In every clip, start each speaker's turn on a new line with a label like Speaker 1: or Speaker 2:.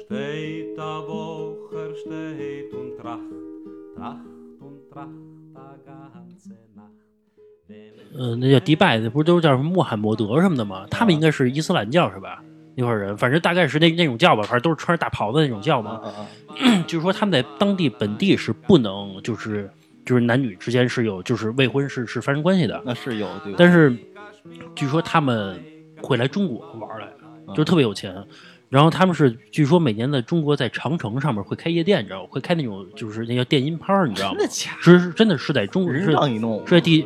Speaker 1: Steht a Woche, steht und tracht, tracht und tracht a ganze Nacht. Wenn
Speaker 2: 嗯、那叫迪拜，那不都叫什么穆罕默德什么的吗？他
Speaker 3: 啊
Speaker 2: 们应该是伊斯兰教是吧？那伙人，反正大概是那那种教吧，反正都是穿着大袍子那种教嘛。
Speaker 3: 啊啊！
Speaker 2: 就是说他们在当地本地是不能，就是就是男女之间是有就是未婚是是发生关系的。
Speaker 3: 那是有对吧？
Speaker 2: 但是据说他们会来中国玩儿来，
Speaker 3: 嗯
Speaker 2: 就是特别有钱。然后他们是据说每年在中国在长城上面会开夜店，你知道吗？会开那种就是那叫电音趴，你知道吗？
Speaker 3: 假
Speaker 2: 是是真的是在中国
Speaker 3: 人
Speaker 2: 是
Speaker 3: 让你弄
Speaker 2: 是在地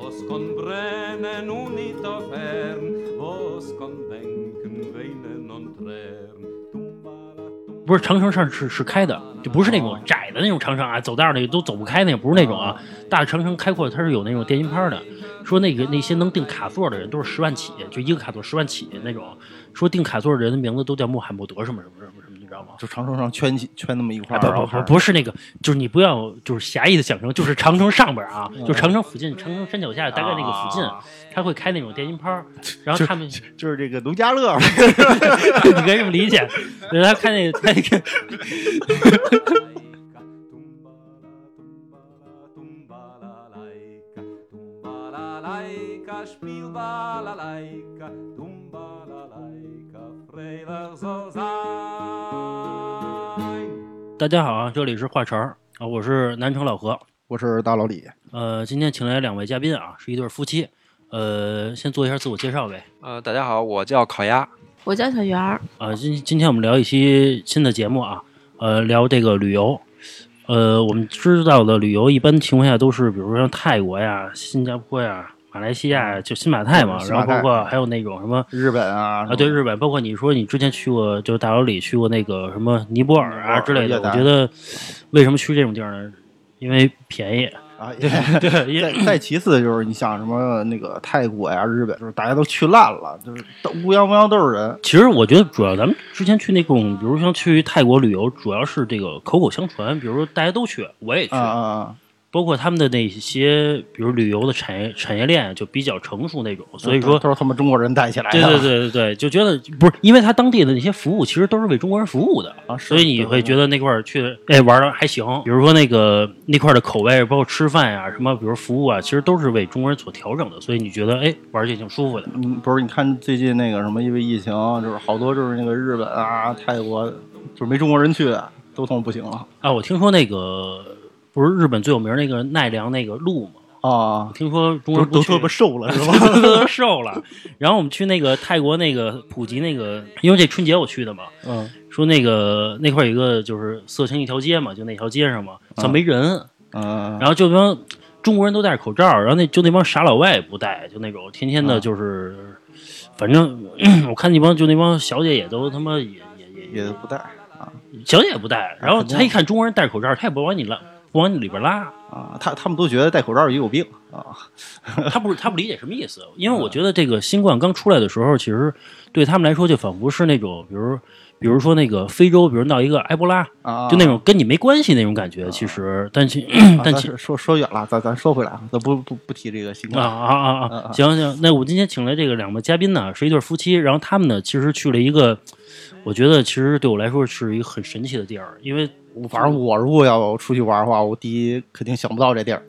Speaker 1: Oss kan brenne nun nit av fern, oss kan bänken veinen om trern. Tumbala,
Speaker 2: 不是长城上是是开的，就不是那种窄的那种长城啊，走道儿那都走不开那不是那种啊。大长城开阔，它是有那种电音趴的。说那个那些能订卡座的人都是十万起，就一个卡座十万起那种。说订卡座的人的名字都叫穆罕默德什么什么什么什么，你知道吗？
Speaker 3: 就长城上圈起圈那么一块
Speaker 2: 啊，不
Speaker 3: 儿，
Speaker 2: 不不，不是那个，就是你不要就是狭义的想成，就是长城上边儿啊，就长城附近、长城山脚下大概那个附近，他会开那种电音趴儿，然后他们
Speaker 3: 就是这个农家乐嘛，
Speaker 2: 你可以这么理解，然后他开那 开那个
Speaker 1: laika, tumbala, tumbala, tumbala, laika. Tumbala, laika, spielbala, laika, tumbala, laika, freilich soll sein.
Speaker 2: 大家好啊，这里是话茬儿啊，我是南城老何，
Speaker 3: 我是大老李，
Speaker 2: 呃，今天请来两位嘉宾啊，是一对夫妻，呃，先做一下自我介绍呗。
Speaker 4: 呃，大家好，我叫烤鸭。
Speaker 5: 我叫小圆儿，
Speaker 2: 啊，今今天我们聊一期新的节目啊，呃，聊这个旅游。呃，我们知道的旅游一般情况下都是，比如说像泰国呀、新加坡呀、马来西亚呀就新马泰嘛，
Speaker 3: 嗯新
Speaker 2: 然
Speaker 3: 马
Speaker 2: 后
Speaker 3: 泰
Speaker 2: 包括还有那种什么
Speaker 3: 日本啊
Speaker 2: 啊，对日本，包括你说你之前去过，就是大老李去过那个什么尼泊尔啊
Speaker 3: 尼泊尔
Speaker 2: 之类的，
Speaker 3: 嗯越南
Speaker 2: 我觉得为什么去这种地儿呢？因为便宜，
Speaker 3: 啊， 对。
Speaker 2: 对，因为
Speaker 3: 再再其次就是你像什么那个泰国呀、日本，就是大家都去烂了，就是都乌泱乌泱都是人。
Speaker 2: 其实我觉得主要咱们之前去那种，比如像去泰国旅游，主要是这个口口相传，比如说大家都去，我也去，
Speaker 3: 啊啊啊！
Speaker 2: 包括他们的那些，比如旅游的产业产业链就比较成熟那种，所以说，
Speaker 3: 都是他们中国人带起来的。
Speaker 2: 对对对对对，就觉得不是，因为他当地的那些服务其实都是为中国人服务的，
Speaker 3: 啊，是
Speaker 2: 所以你会觉得那块儿去，哎，玩的还行。比如说那个那块儿的口味，包括吃饭呀、什么，比如服务啊，其实都是为中国人所调整的，所以你觉得，哎，玩儿就挺舒服的。
Speaker 3: 嗯，不是，你看最近那个什么，因为疫情，就是好多就是那个日本啊、泰国，就是没中国人去，都他妈不行了
Speaker 2: 啊，我听说那个不是日本最有名儿那个奈良那个鹿吗？
Speaker 3: 啊，
Speaker 2: 听说中国
Speaker 3: 都
Speaker 2: 人
Speaker 3: 都
Speaker 2: 不去
Speaker 3: 他妈瘦了是吧？
Speaker 2: 都瘦了。然后我们去那个泰国那个普吉那个，因为这春节我去的嘛，
Speaker 3: 嗯
Speaker 2: 说那个那块有一个就是色情一条街嘛，就那条街上嘛，
Speaker 3: 啊
Speaker 2: 像没人，
Speaker 3: 嗯，
Speaker 2: 然后就那帮中国人都戴着口罩，然后那就那帮傻老外也不戴，就那种天天的
Speaker 3: 啊
Speaker 2: 就是，反正 我看那帮就那帮小姐也都他妈也也也
Speaker 3: 也不带
Speaker 2: 小姐也不戴，然后
Speaker 3: 肯定
Speaker 2: 他一看中国人戴着口罩，他也不往你拉。不往你里边拉，
Speaker 3: 啊，他他们都觉得戴口罩也有病啊，
Speaker 2: 他不他不理解什么意思，因为
Speaker 3: 嗯
Speaker 2: 我觉得这个新冠刚出来的时候，其实对他们来说就仿佛是那种，比如比如说那个非洲，比如闹一个埃博拉，
Speaker 3: 啊，
Speaker 2: 就那种跟你没关系那种感觉。其实，但其
Speaker 3: 啊。
Speaker 2: 但
Speaker 3: 咱
Speaker 2: 其
Speaker 3: 是说说远了，咱咱说回来啊，咱不不不提这个新
Speaker 2: 啊
Speaker 3: 冠
Speaker 2: 啊啊
Speaker 3: 啊
Speaker 2: 啊！
Speaker 3: 啊
Speaker 2: 行行，那我今天请来这个两个嘉宾呢，是一对夫妻，然后他们呢，其实去了一个，我觉得其实对我来说是一个很神奇的地儿，因为
Speaker 3: 反正我如果要出去玩的话，我第一肯定想不到这地儿。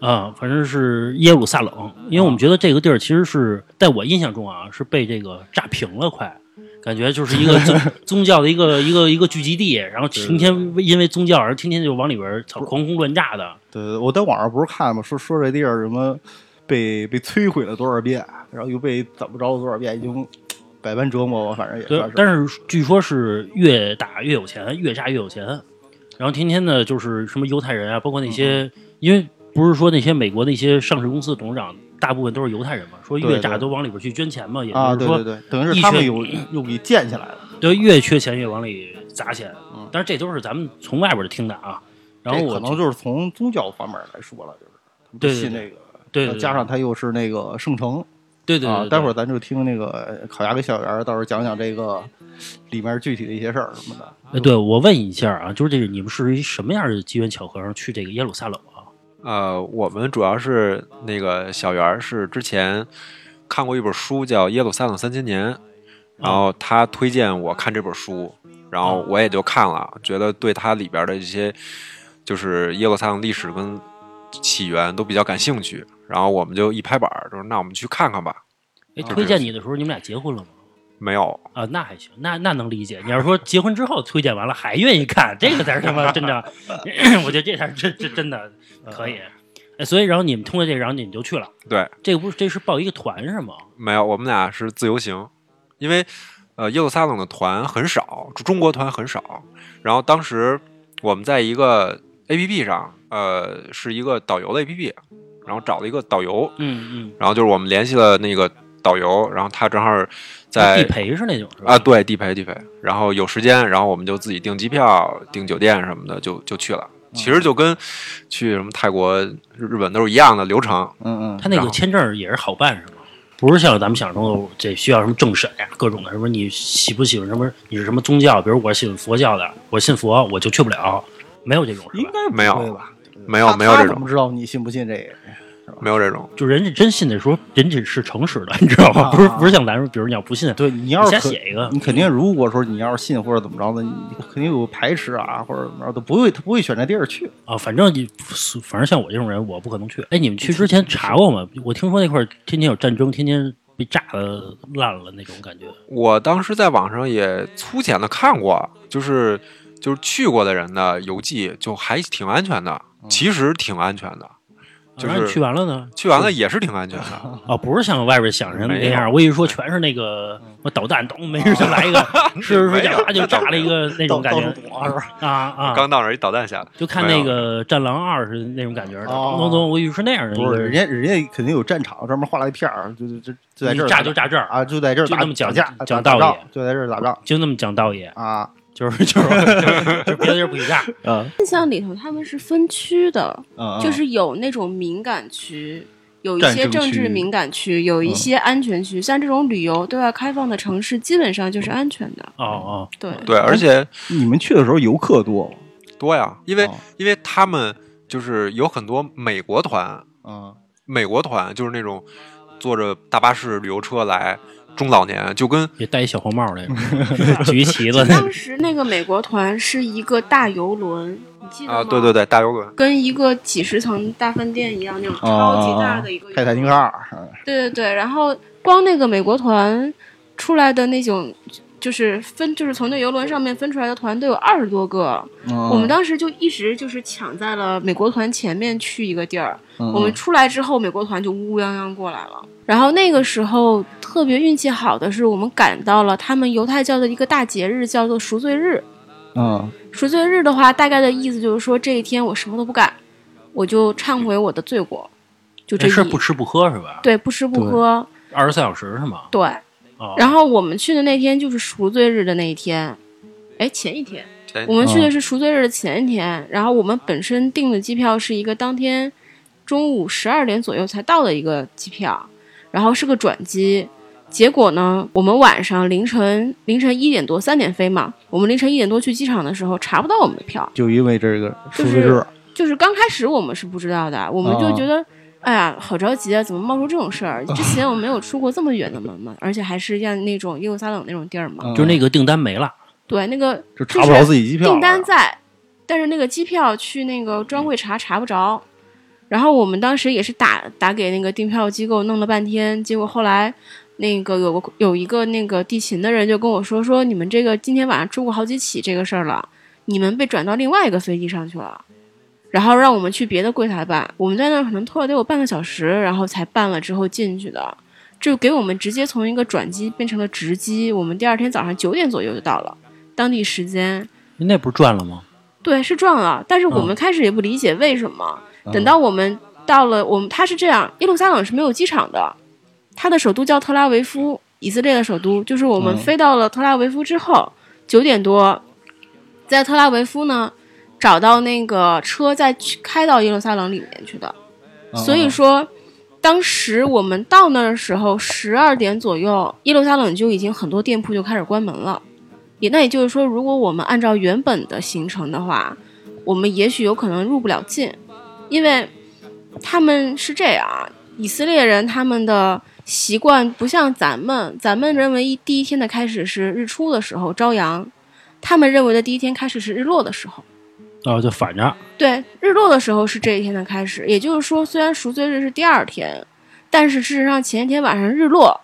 Speaker 2: 啊，反正是耶路撒冷，因为
Speaker 3: 啊
Speaker 2: 我们觉得这个地儿其实是在我印象中啊，是被这个炸平了，快。感觉就是一个 宗宗教的一个一个一个聚集地，然后成天因为宗教而天天就往里边儿操狂轰乱炸的，
Speaker 3: 对，对对我在网上不是看嘛，说说这地儿什么被被摧毁了多少遍，然后又被怎么着多少遍，已经百般折磨我，反正也
Speaker 2: 对
Speaker 3: 算，是。
Speaker 2: 但是据说是越打越有钱，越炸越有钱。然后天天呢，就是什么犹太人啊，包括那些，
Speaker 3: 嗯
Speaker 2: 因为不是说那些美国那些上市公司董事长大部分都是犹太人嘛，说
Speaker 3: 对
Speaker 2: 越炸
Speaker 3: 对
Speaker 2: 都往里边去捐钱嘛，也
Speaker 3: 啊，
Speaker 2: 就是
Speaker 3: 对
Speaker 2: 说，
Speaker 3: 对对，等于
Speaker 2: 一
Speaker 3: 是他们
Speaker 2: 群
Speaker 3: 有又给建起来了。
Speaker 2: 对越缺钱越往里砸钱。
Speaker 3: 嗯
Speaker 2: 但是这都是咱们从外边儿听的啊。然后
Speaker 3: 这
Speaker 2: 我
Speaker 3: 可能
Speaker 2: 就
Speaker 3: 就是从宗教方面来说了，就是他们不
Speaker 2: 对对
Speaker 3: 信
Speaker 2: 对
Speaker 3: 那个，
Speaker 2: 对
Speaker 3: 呃
Speaker 2: 对
Speaker 3: 加上他又是那个圣城，
Speaker 2: 对对
Speaker 3: 啊
Speaker 2: 对，
Speaker 3: 待会儿咱就听那个烤鸭给小圆儿，到时候讲讲这个里面具体的一些事儿什么的。
Speaker 2: 哎，对我问一下啊，就是这个你们是一什么样的机缘巧合上去这个耶路撒冷啊？
Speaker 4: 呃，我们主要是那个小圆儿是之前看过一本书叫《耶路撒冷三千年》，然后他推荐我看这本书，然后我也就看了，觉得对它里边的一些就是耶路撒冷历史跟起源都比较感兴趣，然后我们就一拍板儿，就是那我们去看看吧。
Speaker 2: 哎，
Speaker 4: 啊
Speaker 2: 推荐你的时候你们俩结婚了吗？
Speaker 4: 没有，
Speaker 2: 啊，那还行，那那能理解。你要是说结婚之后推荐完了还愿意看，这个才是他妈真的， 我觉得这才是真真真的可以。哎，所以然后你们通过这个，然后你们就去了。
Speaker 4: 对，
Speaker 2: 这个不是这是报一个团是吗？
Speaker 4: 没有，我们俩是自由行，因为呃耶路撒冷的团很少，中中国团很少。然后当时我们在一个 A P P 上，呃，是一个导游的 A P P，然后找了一个导游，
Speaker 2: 嗯嗯，
Speaker 4: 然后就是我们联系了那个导游，然后他正好在
Speaker 2: 地陪是那种是吧？
Speaker 4: 啊，对，地陪地陪，然后有时间，然后我们就自己订机票、订酒店什么的，就就去了。
Speaker 2: 嗯
Speaker 4: 其实就跟去什么泰国、日本都是一样的流程，
Speaker 3: 嗯嗯，
Speaker 2: 他那
Speaker 4: 然
Speaker 2: 个
Speaker 4: 后
Speaker 2: 签证也是好办是吗？不是像咱们想象中的这需要什么政审呀、各种的什么你喜不喜欢什么，你是什么宗教？比如我信佛教的，我信佛我就去不了，没有这种是
Speaker 3: 应
Speaker 2: 吧？
Speaker 3: 该
Speaker 4: 没有
Speaker 3: 不会吧？
Speaker 4: 没有
Speaker 3: 他
Speaker 4: 没有
Speaker 3: 他
Speaker 4: 这
Speaker 3: 怎
Speaker 4: 种
Speaker 3: 么，知道你信不信这个？
Speaker 4: 没有这种。
Speaker 2: 就人家真信的时候，人家是诚实的，你知道吗？
Speaker 3: 啊
Speaker 2: 不是不是像咱们，比如你要不信，
Speaker 3: 对你
Speaker 2: 你
Speaker 3: 要是
Speaker 2: 瞎
Speaker 3: 可
Speaker 2: 写一个
Speaker 3: 你肯定如果说你要是信或者怎么着的，你肯定有排斥啊，或者怎么着都不会，他不会选这地儿去。
Speaker 2: 啊，反正你反正像我这种人，我不可能去。哎，你们去之前查过吗？我听说那块儿天天有战争，天天被炸的烂了那种感觉。
Speaker 4: 我当时在网上也粗浅的看过，就是就是去过的人的游记，就还挺安全的，其实挺安全的，就
Speaker 2: 啊然后你
Speaker 4: 是
Speaker 2: 去完了呢？
Speaker 4: 去完了也是挺安全的。
Speaker 2: 啊，不是像外边想象的那样。我一说全是那个我导弹，咚，嗯 没事就来一个，是是
Speaker 4: 没有
Speaker 2: 呀，就炸了一个那种感
Speaker 3: 到
Speaker 2: 觉
Speaker 3: 处躲是吧？
Speaker 2: 啊啊！
Speaker 4: 刚到那儿一导弹下来，
Speaker 2: 就看那个《战狼二》是那种感觉的，
Speaker 3: 哦
Speaker 2: 咚咚咚，我以为是那样的一
Speaker 3: 不
Speaker 2: 个
Speaker 3: 是，
Speaker 2: 人，
Speaker 3: 人家人家肯定有战场，专门划了一片儿，就就就就在这
Speaker 2: 你
Speaker 3: 儿
Speaker 2: 炸就炸这儿，
Speaker 3: 啊，就在这儿
Speaker 2: 就
Speaker 3: 打
Speaker 2: 那么讲
Speaker 3: 打架
Speaker 2: 讲
Speaker 3: 打
Speaker 2: 道
Speaker 3: 打
Speaker 2: 理
Speaker 3: 仗，就在这儿打仗
Speaker 2: 就那么讲道义，
Speaker 3: 啊
Speaker 2: 就是 就是就是别的地儿不许炸。
Speaker 3: 嗯
Speaker 5: 印象里头他们是分区的，
Speaker 3: 嗯，
Speaker 5: 就是有那种敏感区，有一
Speaker 3: 战
Speaker 5: 些
Speaker 3: 争
Speaker 5: 政治
Speaker 3: 区
Speaker 5: 敏感区，有一
Speaker 3: 嗯
Speaker 5: 些安全区。像这种旅游对外开放的城市，基本上
Speaker 3: 嗯
Speaker 5: 就是安全的。
Speaker 2: 哦哦，
Speaker 5: 对，
Speaker 4: 对，而且
Speaker 3: 你们去的时候游客多吗？
Speaker 4: 多呀，因为
Speaker 3: 哦
Speaker 4: 因为他们就是有很多美国团，
Speaker 3: 嗯
Speaker 4: 美国团就是那种坐着大巴士、旅游车来，中老年就跟
Speaker 2: 也戴一小黄帽那种， 举一旗子那种
Speaker 5: 当时那个美国团是一个大游轮，你记得吗？
Speaker 4: 啊，对对对，大游轮，
Speaker 5: 跟一个几十层大饭店一样
Speaker 3: 哦
Speaker 5: 那种超级大的一个游轮、
Speaker 3: 泰坦尼克号，嗯
Speaker 5: 对对对，然后光那个美国团出来的那种，就是分就是从那游轮上面分出来的团都有二十多个，
Speaker 3: 嗯
Speaker 5: 我们当时就一直就是抢在了美国团前面去一个地儿，
Speaker 3: 嗯
Speaker 5: 我们出来之后，美国团就乌泱泱过来了。然后那个时候特别运气好的是，我们赶到了他们犹太教的一个大节日，叫做赎罪日。
Speaker 3: 嗯
Speaker 5: 赎罪日的话，大概的意思就是说，这一天我什么都不干，我就忏悔我的罪过，就这
Speaker 2: 这
Speaker 5: 意
Speaker 2: 事儿不吃不喝是吧？
Speaker 5: 对不吃不喝
Speaker 2: 二十四小时是吗？
Speaker 5: 对。
Speaker 2: 哦，
Speaker 5: 然后我们去的那天就是赎罪日的那一天，哎，前一天。
Speaker 4: 前
Speaker 5: 我们去的是赎罪日的前一天，然后我们本身订的机票是一个当天中午十二点左右才到的一个机票，然后是个转机。结果呢，我们晚上凌晨凌晨一点多三点飞嘛，我们凌晨一点多去机场的时候查不到我们的票，
Speaker 3: 就因为这个数
Speaker 5: 就是
Speaker 3: 字制，
Speaker 5: 就是刚开始我们是不知道的，我们就觉得。哎呀，好着急啊！怎么冒出这种事儿？之前我没有出过这么远的门嘛，而且还是像那种耶路撒冷那种地儿嘛。
Speaker 3: 嗯
Speaker 2: 就是那个订单没了，
Speaker 5: 对，那个
Speaker 3: 就查不着自己机票了，
Speaker 5: 订单在，但是那个机票去那个专柜查查不着。然后我们当时也是打打给那个订票机构弄了半天，结果后来那个有个有一个那个地勤的人就跟我说说你们这个今天晚上出过好几起这个事儿了，你们被转到另外一个飞机上去了。然后让我们去别的柜台办，我们在那儿可能拖了得有半个小时，然后才办了之后进去的，就给我们直接从一个转机变成了直机，我们第二天早上九点左右就到了当地时间，
Speaker 2: 那不是赚了吗？
Speaker 5: 对，是撞了，但是我
Speaker 2: 嗯
Speaker 5: 们开始也不理解为什么。
Speaker 3: 嗯
Speaker 5: 等到我们到了，我们它是这样，耶路撒冷是没有机场的，它的首都叫特拉维夫，以色列的首都。就是我们
Speaker 3: 嗯
Speaker 5: 飞到了特拉维夫之后，九、点多，在特拉维夫呢找到那个车，再去开到耶路撒冷里面去的。
Speaker 3: 嗯
Speaker 5: 所以说，当时我们到那儿的时候，十二点左右，耶路撒冷就已经很多店铺就开始关门了。也那也就是说，如果我们按照原本的行程的话，我们也许有可能入不了境，因为他们是这样啊，以色列人他们的习惯不像咱们，咱们认为一第一天的开始是日出的时候朝阳，他们认为的第一天开始是日落的时候。
Speaker 2: 啊，就反着，
Speaker 5: 对，日落的时候是这一天的开始，也就是说，虽然赎罪日是第二天，但是事实上前一天晚上日落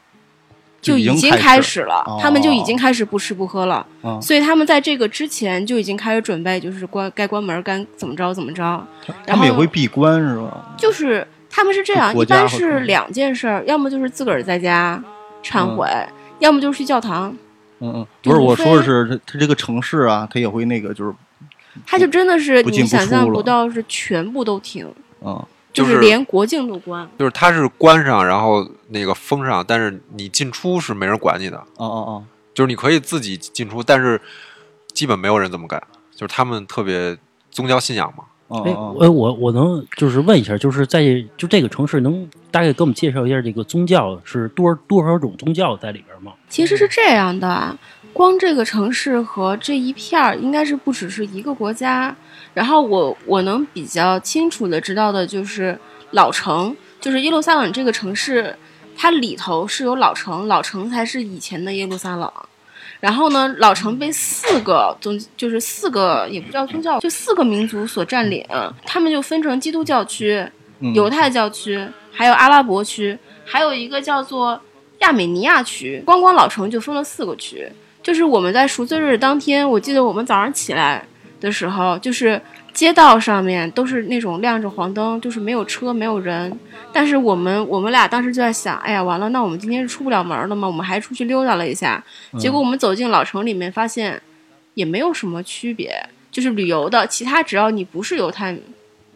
Speaker 5: 就已经开始了，
Speaker 3: 哦
Speaker 5: 他们就已经开始不吃不喝了，
Speaker 3: 嗯
Speaker 5: 所以他们在这个之前就已经开始准备，就是关该关门该怎么着怎么着，
Speaker 3: 他
Speaker 5: 然后
Speaker 3: 们也会闭关是吧？
Speaker 5: 就是他们是这样，
Speaker 3: 啊国
Speaker 5: 一
Speaker 3: 家
Speaker 5: 般
Speaker 3: 和
Speaker 5: 是
Speaker 3: 国家
Speaker 5: 两件事儿，要么就是自个儿在家忏悔，要么就是去教堂，
Speaker 3: 嗯嗯，
Speaker 5: 就
Speaker 3: 不是，我
Speaker 5: 非
Speaker 3: 说的是他他这个城市啊，他也会那个就是，
Speaker 5: 他就真的是
Speaker 3: 不
Speaker 5: 你
Speaker 3: 进不
Speaker 5: 想
Speaker 3: 出
Speaker 5: 象
Speaker 3: 了
Speaker 5: 不到是全部都停，
Speaker 3: 嗯，
Speaker 5: 就
Speaker 4: 就是
Speaker 5: 连国境都关。
Speaker 4: 就是它是关上，然后那个封上，但是你进出是没人管你的，
Speaker 3: 哦哦
Speaker 4: 就是你可以自己进出，但是基本没有人这么干，就是他们特别宗教信仰嘛。
Speaker 3: 哦
Speaker 2: 哎，
Speaker 3: 哦哦，
Speaker 2: 我我我能就是问一下，就是在就这个城市，能大概给我们介绍一下这个宗教是多少多少种宗教在里边吗？
Speaker 5: 其实是这样的啊，光这个城市和这一片儿，应该是不只是一个国家。然后我我能比较清楚的知道的就是老城，就是耶路撒冷这个城市，它里头是有老城，老城才是以前的耶路撒冷。然后呢，老城被四个宗，就是四个也不叫宗教，就四个民族所占领，他们就分成基督教区、
Speaker 3: 嗯
Speaker 5: 犹太教区，还有阿拉伯区，还有一个叫做亚美尼亚区。光光老城就分了四个区。就是我们在赎罪日当天，我记得我们早上起来的时候，就是街道上面都是那种亮着黄灯，就是没有车，没有人。但是我们我们俩当时就在想，哎呀，完了，那我们今天是出不了门了吗？我们还出去溜达了一下，结果我们走进老城里面，发现也没有什么区别，就是旅游的，其他只要你不是犹太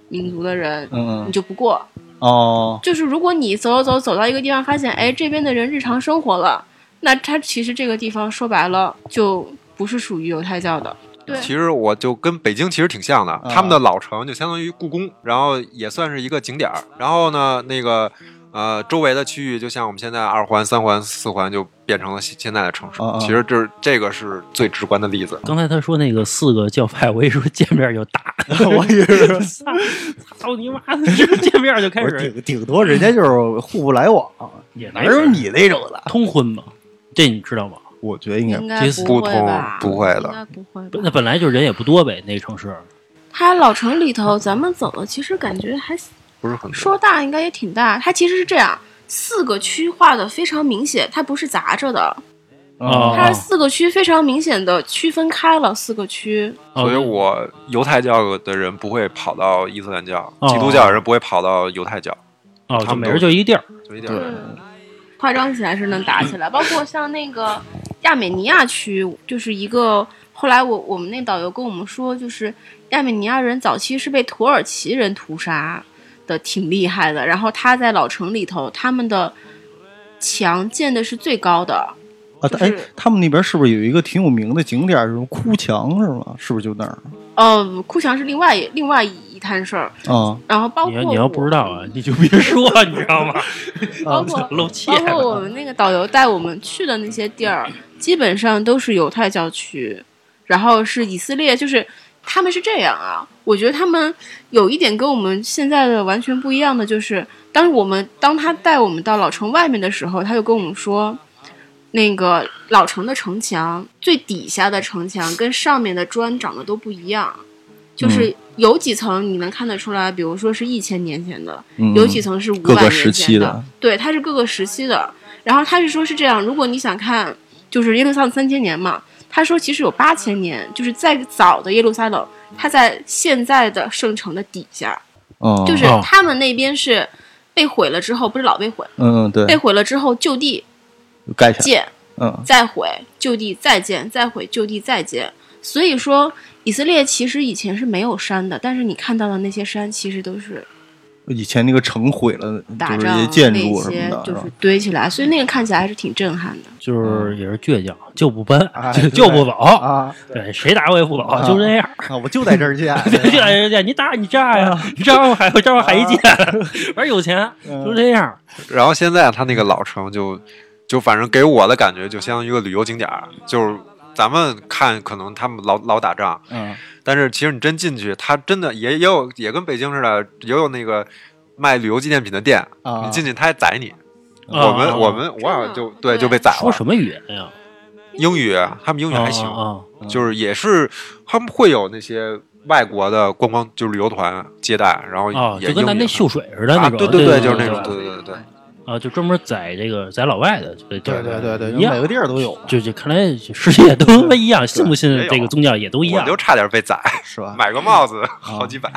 Speaker 5: 民族的人，
Speaker 3: 嗯
Speaker 5: 你
Speaker 3: 嗯
Speaker 5: 就不过。
Speaker 3: 哦，
Speaker 5: 就是如果你走走走走到一个地方，发现哎这边的人日常生活了，那他其实这个地方说白了就不是属于犹太教的。对
Speaker 4: 其实我就跟北京其实挺像
Speaker 2: 啊
Speaker 3: 嗯
Speaker 4: 的，他们的老城就相当于故宫，然后也算是一个景点儿。然后呢，那个呃周围的区域，就像我们现在二环、三环、四环就变成了现现在的城市。
Speaker 2: 啊
Speaker 3: 嗯嗯
Speaker 4: 其实这是这个是最直观的例子。
Speaker 2: 刚才他说那个四个教派，我一说见面就打，
Speaker 3: 我以为 是
Speaker 2: 操操你妈！就是见面就开
Speaker 3: 我说
Speaker 2: 始
Speaker 3: 顶顶多人家就是互不来往，
Speaker 2: 也
Speaker 3: 哪有你那种的？
Speaker 2: 通婚吗？这你知道吗？
Speaker 3: 我觉得应该
Speaker 5: 应该不会吧？
Speaker 4: 不会的
Speaker 5: 应该不会
Speaker 2: 那
Speaker 5: 吧。
Speaker 2: 本来就人也不多呗，那个城市
Speaker 5: 它老城里头，咱们走了，其实感觉还
Speaker 4: 不是很多
Speaker 5: 说大应该也挺大。它其实是这样，四个区划的非常明显，它不是杂着的，
Speaker 3: 嗯
Speaker 2: 哦
Speaker 3: 啊
Speaker 5: 它是四个区非常明显的区分开了四个区。
Speaker 4: 所以
Speaker 2: 哦
Speaker 4: 我犹太教的人不会跑到伊斯兰教，
Speaker 2: 哦
Speaker 4: 基督教的人不会跑到犹太教，
Speaker 2: 哦，
Speaker 4: 他
Speaker 2: 就
Speaker 4: 们
Speaker 2: 每
Speaker 4: 都
Speaker 2: 人就一地儿。
Speaker 4: 就一点儿
Speaker 3: 对，
Speaker 5: 夸张嗯起来是能打起来，包括像那个亚美尼亚区，就是一个后来我我们那导游跟我们说，就是亚美尼亚人早期是被土耳其人屠杀的，挺厉害的。然后他在老城里头，他们的墙建的是最高的，
Speaker 3: 啊，
Speaker 5: 就
Speaker 3: 哎
Speaker 5: 是，
Speaker 3: 他们那边是不是有一个挺有名的景点儿，什么哭墙是吗？是不是就那儿
Speaker 5: 呃，哭墙是另外另外一摊事儿。
Speaker 3: 啊？
Speaker 5: 然后包括
Speaker 2: 你要你要
Speaker 5: 我
Speaker 2: 不知道啊，你就别说，你知道吗？啊
Speaker 5: 包括
Speaker 2: 露怯
Speaker 5: 包括我们那个导游带我们去的那些地儿，基本上都是犹太教区，然后是以色列，就是他们是这样啊。我觉得他们有一点跟我们现在的完全不一样的，就是当我们当他带我们到老城外面的时候，他就跟我们说，那个老城的城墙最底下的城墙跟上面的砖长得都不一样，就是有几层你能看得出来，比如说是一千年前的，
Speaker 3: 嗯
Speaker 5: 有几层是五
Speaker 3: 各
Speaker 5: 百
Speaker 3: 个
Speaker 5: 年
Speaker 3: 时期
Speaker 5: 前
Speaker 3: 的，
Speaker 5: 对，它是各个时期的。然后他是说是这样，如果你想看，就是耶路撒冷三千年嘛，他说其实有八千年，就是再早的耶路撒冷，它在现在的圣城的底下，
Speaker 3: 嗯，
Speaker 5: 就是
Speaker 2: 哦
Speaker 5: 他们那边是被毁了之后，不是老被毁，
Speaker 3: 嗯嗯对
Speaker 5: 被，毁了之后就地
Speaker 3: 盖起来，
Speaker 5: 建，
Speaker 3: 嗯
Speaker 5: 再毁，就地再建，再毁，就地再建。所以说，以色列其实以前是没有山的，但是你看到的那些山，其实都是
Speaker 3: 以前那个城毁了，
Speaker 5: 打
Speaker 3: 就是一
Speaker 5: 仗
Speaker 3: 些建
Speaker 5: 那
Speaker 3: 筑啊什
Speaker 5: 些
Speaker 3: 么的，
Speaker 5: 就是
Speaker 3: 吧
Speaker 5: 是堆起来，所以那个看起来还是挺震撼的。
Speaker 2: 就是也是倔强，就不搬，
Speaker 3: 哎
Speaker 2: 就
Speaker 3: 对
Speaker 2: 就不走，
Speaker 3: 啊，
Speaker 2: 对，谁打我也不走，
Speaker 3: 啊
Speaker 2: 就这样。
Speaker 3: 啊，我就在这儿 建，
Speaker 2: 这人家你打你炸呀， 你炸完我还我炸完还一见，反正有钱
Speaker 3: 啊嗯
Speaker 2: 就这样。
Speaker 4: 然后现在它那个老城就就反正给我的感觉就像一个旅游景点儿，就是咱们看可能他们老老打仗，
Speaker 3: 嗯，
Speaker 4: 但是其实你真进去，它真的也也有也跟北京似的，也有那个卖旅游纪念品的店，
Speaker 3: 啊
Speaker 4: 你进去他还宰你。
Speaker 2: 啊
Speaker 4: 我们、我们我
Speaker 5: 真
Speaker 4: 好
Speaker 5: 的
Speaker 4: 像就对
Speaker 5: 对
Speaker 4: 就被宰
Speaker 2: 说
Speaker 4: 了。
Speaker 2: 什么语言呀？
Speaker 4: 英语他们英语还行，
Speaker 2: 啊，啊啊
Speaker 4: 就是也是他们会有那些外国的观光就是旅游团接待，然后
Speaker 2: 啊，
Speaker 4: 也
Speaker 2: 就跟咱
Speaker 4: 英语
Speaker 2: 那秀水似的那
Speaker 4: 啊，
Speaker 2: 种，
Speaker 4: 对
Speaker 2: 对对，
Speaker 4: 对，就是那
Speaker 2: 对
Speaker 4: 种，
Speaker 2: 对
Speaker 4: 对对对。
Speaker 2: 啊，就专门宰这个宰老外的，对
Speaker 3: 对对对对，
Speaker 2: 一
Speaker 3: 就每
Speaker 2: 样
Speaker 3: 个。地儿都有，
Speaker 2: 就就看来世界都他妈一样，信不信
Speaker 4: 也
Speaker 2: 这个
Speaker 4: 有
Speaker 2: 宗教也都一
Speaker 4: 我
Speaker 2: 样。
Speaker 4: 就差点被宰，
Speaker 3: 是吧？嗯
Speaker 4: 买个帽子好几百。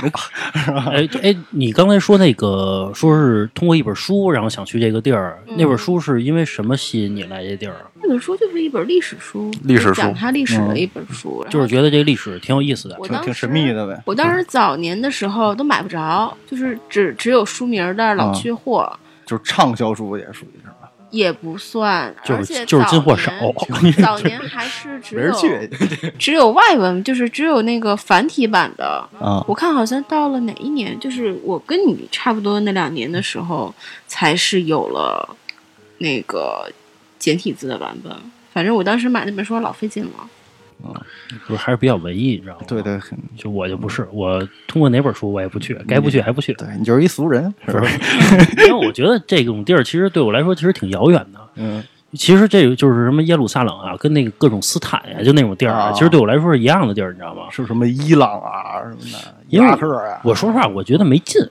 Speaker 2: 哎哎，你刚才说那个说是通过一本书，然后想去这个地儿，那本书是因为什么吸引你来这地儿？
Speaker 5: 那本书就是一本历史书，
Speaker 4: 历史书
Speaker 5: 讲它历史的
Speaker 3: 嗯
Speaker 5: 一本书，然后
Speaker 2: 就是觉得这个历史挺有意思的嗯
Speaker 5: 我
Speaker 3: 挺
Speaker 5: 当
Speaker 3: 挺
Speaker 5: 时
Speaker 3: 神秘的呗，
Speaker 5: 我当时早年的时候都买不着，就是只只有书名的
Speaker 2: 啊
Speaker 5: 老缺货，
Speaker 3: 就是畅销书也属于是吧？
Speaker 5: 也不算，
Speaker 2: 就
Speaker 5: 而
Speaker 2: 是
Speaker 5: 且
Speaker 2: 就是进货
Speaker 5: 早
Speaker 2: 少
Speaker 5: 年早年还是只
Speaker 3: 没人
Speaker 5: 有
Speaker 3: 去
Speaker 5: 只有外文，就是只有那个繁体版的。
Speaker 3: 啊
Speaker 5: 我看好像到了哪一年，就是我跟你差不多那两年的时候，才是有了那个简体字的版本。反正我当时买那本书老费劲 了，
Speaker 2: 就是还是比较文艺，你知道吗？
Speaker 3: 对，对很
Speaker 2: 就我就不是，我通过哪本书我也不去，该不去还不去，
Speaker 3: 对，你就是一俗人，是吧？
Speaker 2: 因为我觉得这种地儿其实对我来说其实挺遥远的。
Speaker 3: 嗯，
Speaker 2: 其实这个就是什么耶路撒冷啊，跟那个各种斯坦呀、就那种地儿啊，
Speaker 3: 啊
Speaker 2: 其实对我来说是一样的地儿，你知道吗？
Speaker 3: 是什么伊朗啊什么的，伊
Speaker 2: 因为
Speaker 3: 拉克啊，
Speaker 2: 我说实话，我觉得没劲。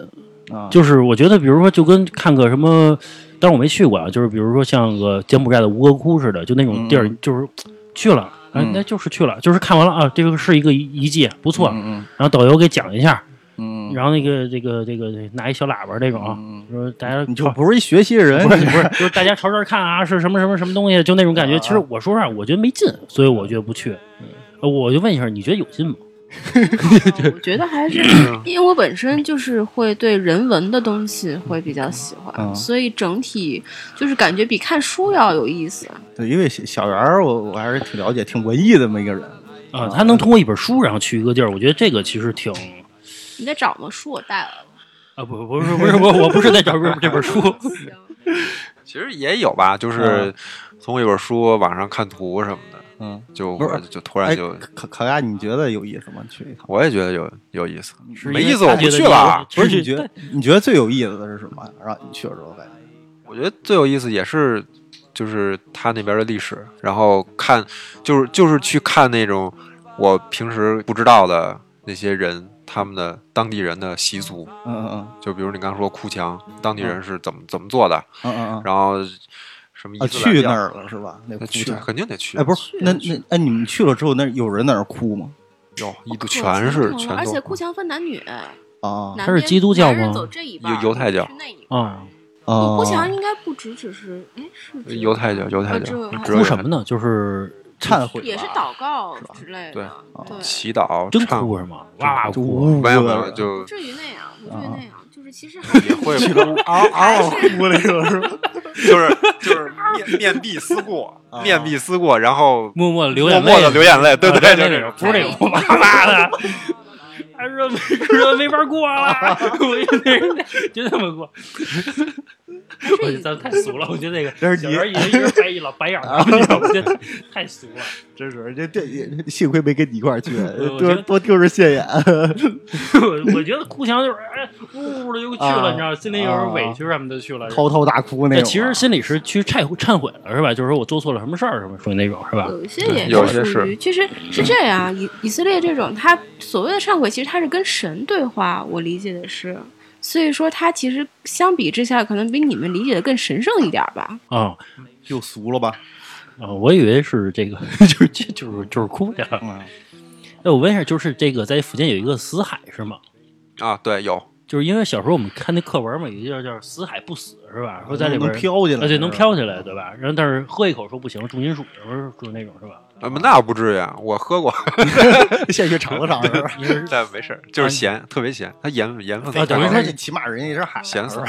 Speaker 3: 啊
Speaker 2: 就是我觉得，比如说，就跟看个什么，当然我没去过啊，就是比如说像个柬埔寨的吴哥窟似的，就那种地儿，就是去了，哎
Speaker 3: 嗯
Speaker 2: 那就是去了，就是看完了啊，这个是一个遗迹，不错。
Speaker 3: 嗯
Speaker 2: 然后导游给讲一下，
Speaker 3: 嗯
Speaker 2: 然后那个这个这个拿一小喇叭这种啊，
Speaker 3: 嗯
Speaker 2: 说大家
Speaker 3: 嗯，你 就不是一学习人，
Speaker 2: 不是不是，就是大家朝这儿看啊，是什么什么什么东西，就那种感觉。其实我说实话，我觉得没劲，所以我觉得不去。呃我就问一下，你觉得有劲吗？啊
Speaker 5: 嗯我觉得还 是因为我本身就是会对人文的东西会比较喜欢，
Speaker 3: 嗯
Speaker 5: 所以整体就是感觉比看书要有意思。
Speaker 3: 对，因为小小圆儿，我我还是挺了解，挺文艺的这么一个人。
Speaker 2: 啊，他能通过一本书然后去一个地儿，我觉得这个其实挺
Speaker 5: 你在找吗？书我带来了。
Speaker 2: 啊，不不是不是我我不是在找这这本 书，
Speaker 4: 其实也有吧，就是通过一本书网上看图什么的，
Speaker 3: 嗯，
Speaker 4: 就
Speaker 3: 不是
Speaker 4: 我就突
Speaker 3: 哎，
Speaker 4: 然就
Speaker 3: 卡卡亚，你觉得有意思吗？去一趟，
Speaker 4: 我也觉得有有意思，
Speaker 2: 是
Speaker 4: 没
Speaker 2: 因为
Speaker 4: 意思
Speaker 2: 他
Speaker 4: 我不
Speaker 2: 觉得
Speaker 4: 去
Speaker 2: 有
Speaker 4: 了。啊
Speaker 3: 不是
Speaker 2: 是
Speaker 3: 你觉得你觉得最有意思的是什么呀？让你去了之后感觉，
Speaker 4: 我觉得最有意思也是就是他那边的历史，然后看就是就是去看那种我平时不知道的那些人他们的当地人的习俗，
Speaker 3: 嗯嗯
Speaker 4: 就比如你刚说哭墙，当地人是怎么怎么做的，
Speaker 3: 嗯嗯嗯
Speaker 4: 然后什么
Speaker 3: 嗯，啊，
Speaker 4: 伊斯兰
Speaker 3: 去
Speaker 4: 教
Speaker 3: 那儿了是吧？那
Speaker 4: 那
Speaker 3: 哭
Speaker 4: 去
Speaker 3: 墙
Speaker 4: 肯定得去，
Speaker 3: 哎，不是，那那哎，你们去了之后，那有人在那儿哭吗？
Speaker 4: 有哦一
Speaker 2: 哦
Speaker 4: 度全是全
Speaker 5: 而
Speaker 4: 都嗯哦
Speaker 5: 且哭墙分男女，
Speaker 3: 啊
Speaker 2: 他
Speaker 5: 男
Speaker 2: 是
Speaker 5: 边
Speaker 2: 基督教
Speaker 5: 男人
Speaker 2: 吗
Speaker 5: 走这一半
Speaker 4: 犹犹太教哦
Speaker 5: 女是那一半
Speaker 2: 啊，
Speaker 3: 啊！
Speaker 5: 哭墙应该不只只是，哎，是只有
Speaker 4: 呃犹太教犹太
Speaker 5: 啊只
Speaker 4: 教
Speaker 5: 有犹太
Speaker 4: 只有
Speaker 2: 呃哭什么呢？就是
Speaker 3: 忏悔吧
Speaker 5: 也是祷告之类
Speaker 4: 啊对啊
Speaker 5: 的，对，
Speaker 4: 祈祷
Speaker 2: 真
Speaker 4: 唱
Speaker 2: 哭是吗？哇哇
Speaker 3: 就
Speaker 2: 哭，啊
Speaker 3: 呜
Speaker 4: 没有没
Speaker 3: 了
Speaker 4: 有，就
Speaker 5: 不至于那样，不至于那样，就是其实还是
Speaker 4: 啊也会
Speaker 5: 有
Speaker 3: 嗷嗷哭那种是吧？
Speaker 4: 啊就是就是面面壁思 过，面壁思过，然后
Speaker 2: 默默流
Speaker 4: 默
Speaker 2: 眼泪，
Speaker 4: 默的流眼泪，对
Speaker 2: 啊
Speaker 4: 对，就
Speaker 2: 那种
Speaker 4: 这种，
Speaker 2: 不是那种
Speaker 3: 哎
Speaker 2: 哇哇的。他说没 说没法过了， 我就那人就这么过。我咱太俗了，我觉得那个
Speaker 3: 这是
Speaker 2: 小
Speaker 3: 你
Speaker 2: 人一人一人白一老白眼儿，啊我觉得太俗了。
Speaker 3: 真是这这幸亏没跟你一块儿去，
Speaker 2: 我觉
Speaker 3: 多
Speaker 2: 得
Speaker 3: 多丢人现眼。
Speaker 2: 我我觉得哭墙就是哎呜呜的就去了，
Speaker 3: 啊
Speaker 2: 你知道，心里有点委屈什么的去了。
Speaker 3: 嚎啕大哭那
Speaker 2: 这
Speaker 3: 种啊。
Speaker 2: 其实心里是去忏悔忏悔了，是吧？就是说我做错了什么事儿，什么属于那种，是吧？
Speaker 5: 有一些也
Speaker 4: 有些
Speaker 5: 属于，其实是这样，以以色列这种，他所谓的忏悔，其实他是跟神对话，我理解的是，所以说他其实相比之下，可能比你们理解的更神圣一点儿吧。
Speaker 2: 啊
Speaker 3: 就俗了吧？
Speaker 2: 啊，我以为是这个， 就是就就是就是哭去了。
Speaker 3: 嗯，
Speaker 2: 哎，我问一下，就是这个在附近有一个死海是吗？
Speaker 4: 啊，对，有
Speaker 2: 就是因为小时候我们看那课文嘛，有一个叫叫“死海不死”是吧？说在里边
Speaker 3: 嗯能飘起来，
Speaker 2: 啊，对，能
Speaker 3: 是吧
Speaker 2: 飘起来，对吧？然后但是喝一口说不行，重金属，不是就是那种是吧？
Speaker 4: 啊，那不至于，啊，我喝过，
Speaker 3: 先去尝了尝，是吧？
Speaker 2: 你是
Speaker 4: 但没事儿，就是咸，特别咸，它盐盐分
Speaker 2: 啊
Speaker 4: 太
Speaker 2: 等
Speaker 4: 高
Speaker 2: 于说
Speaker 4: 了
Speaker 3: 你起码人家也是海，
Speaker 4: 咸死了。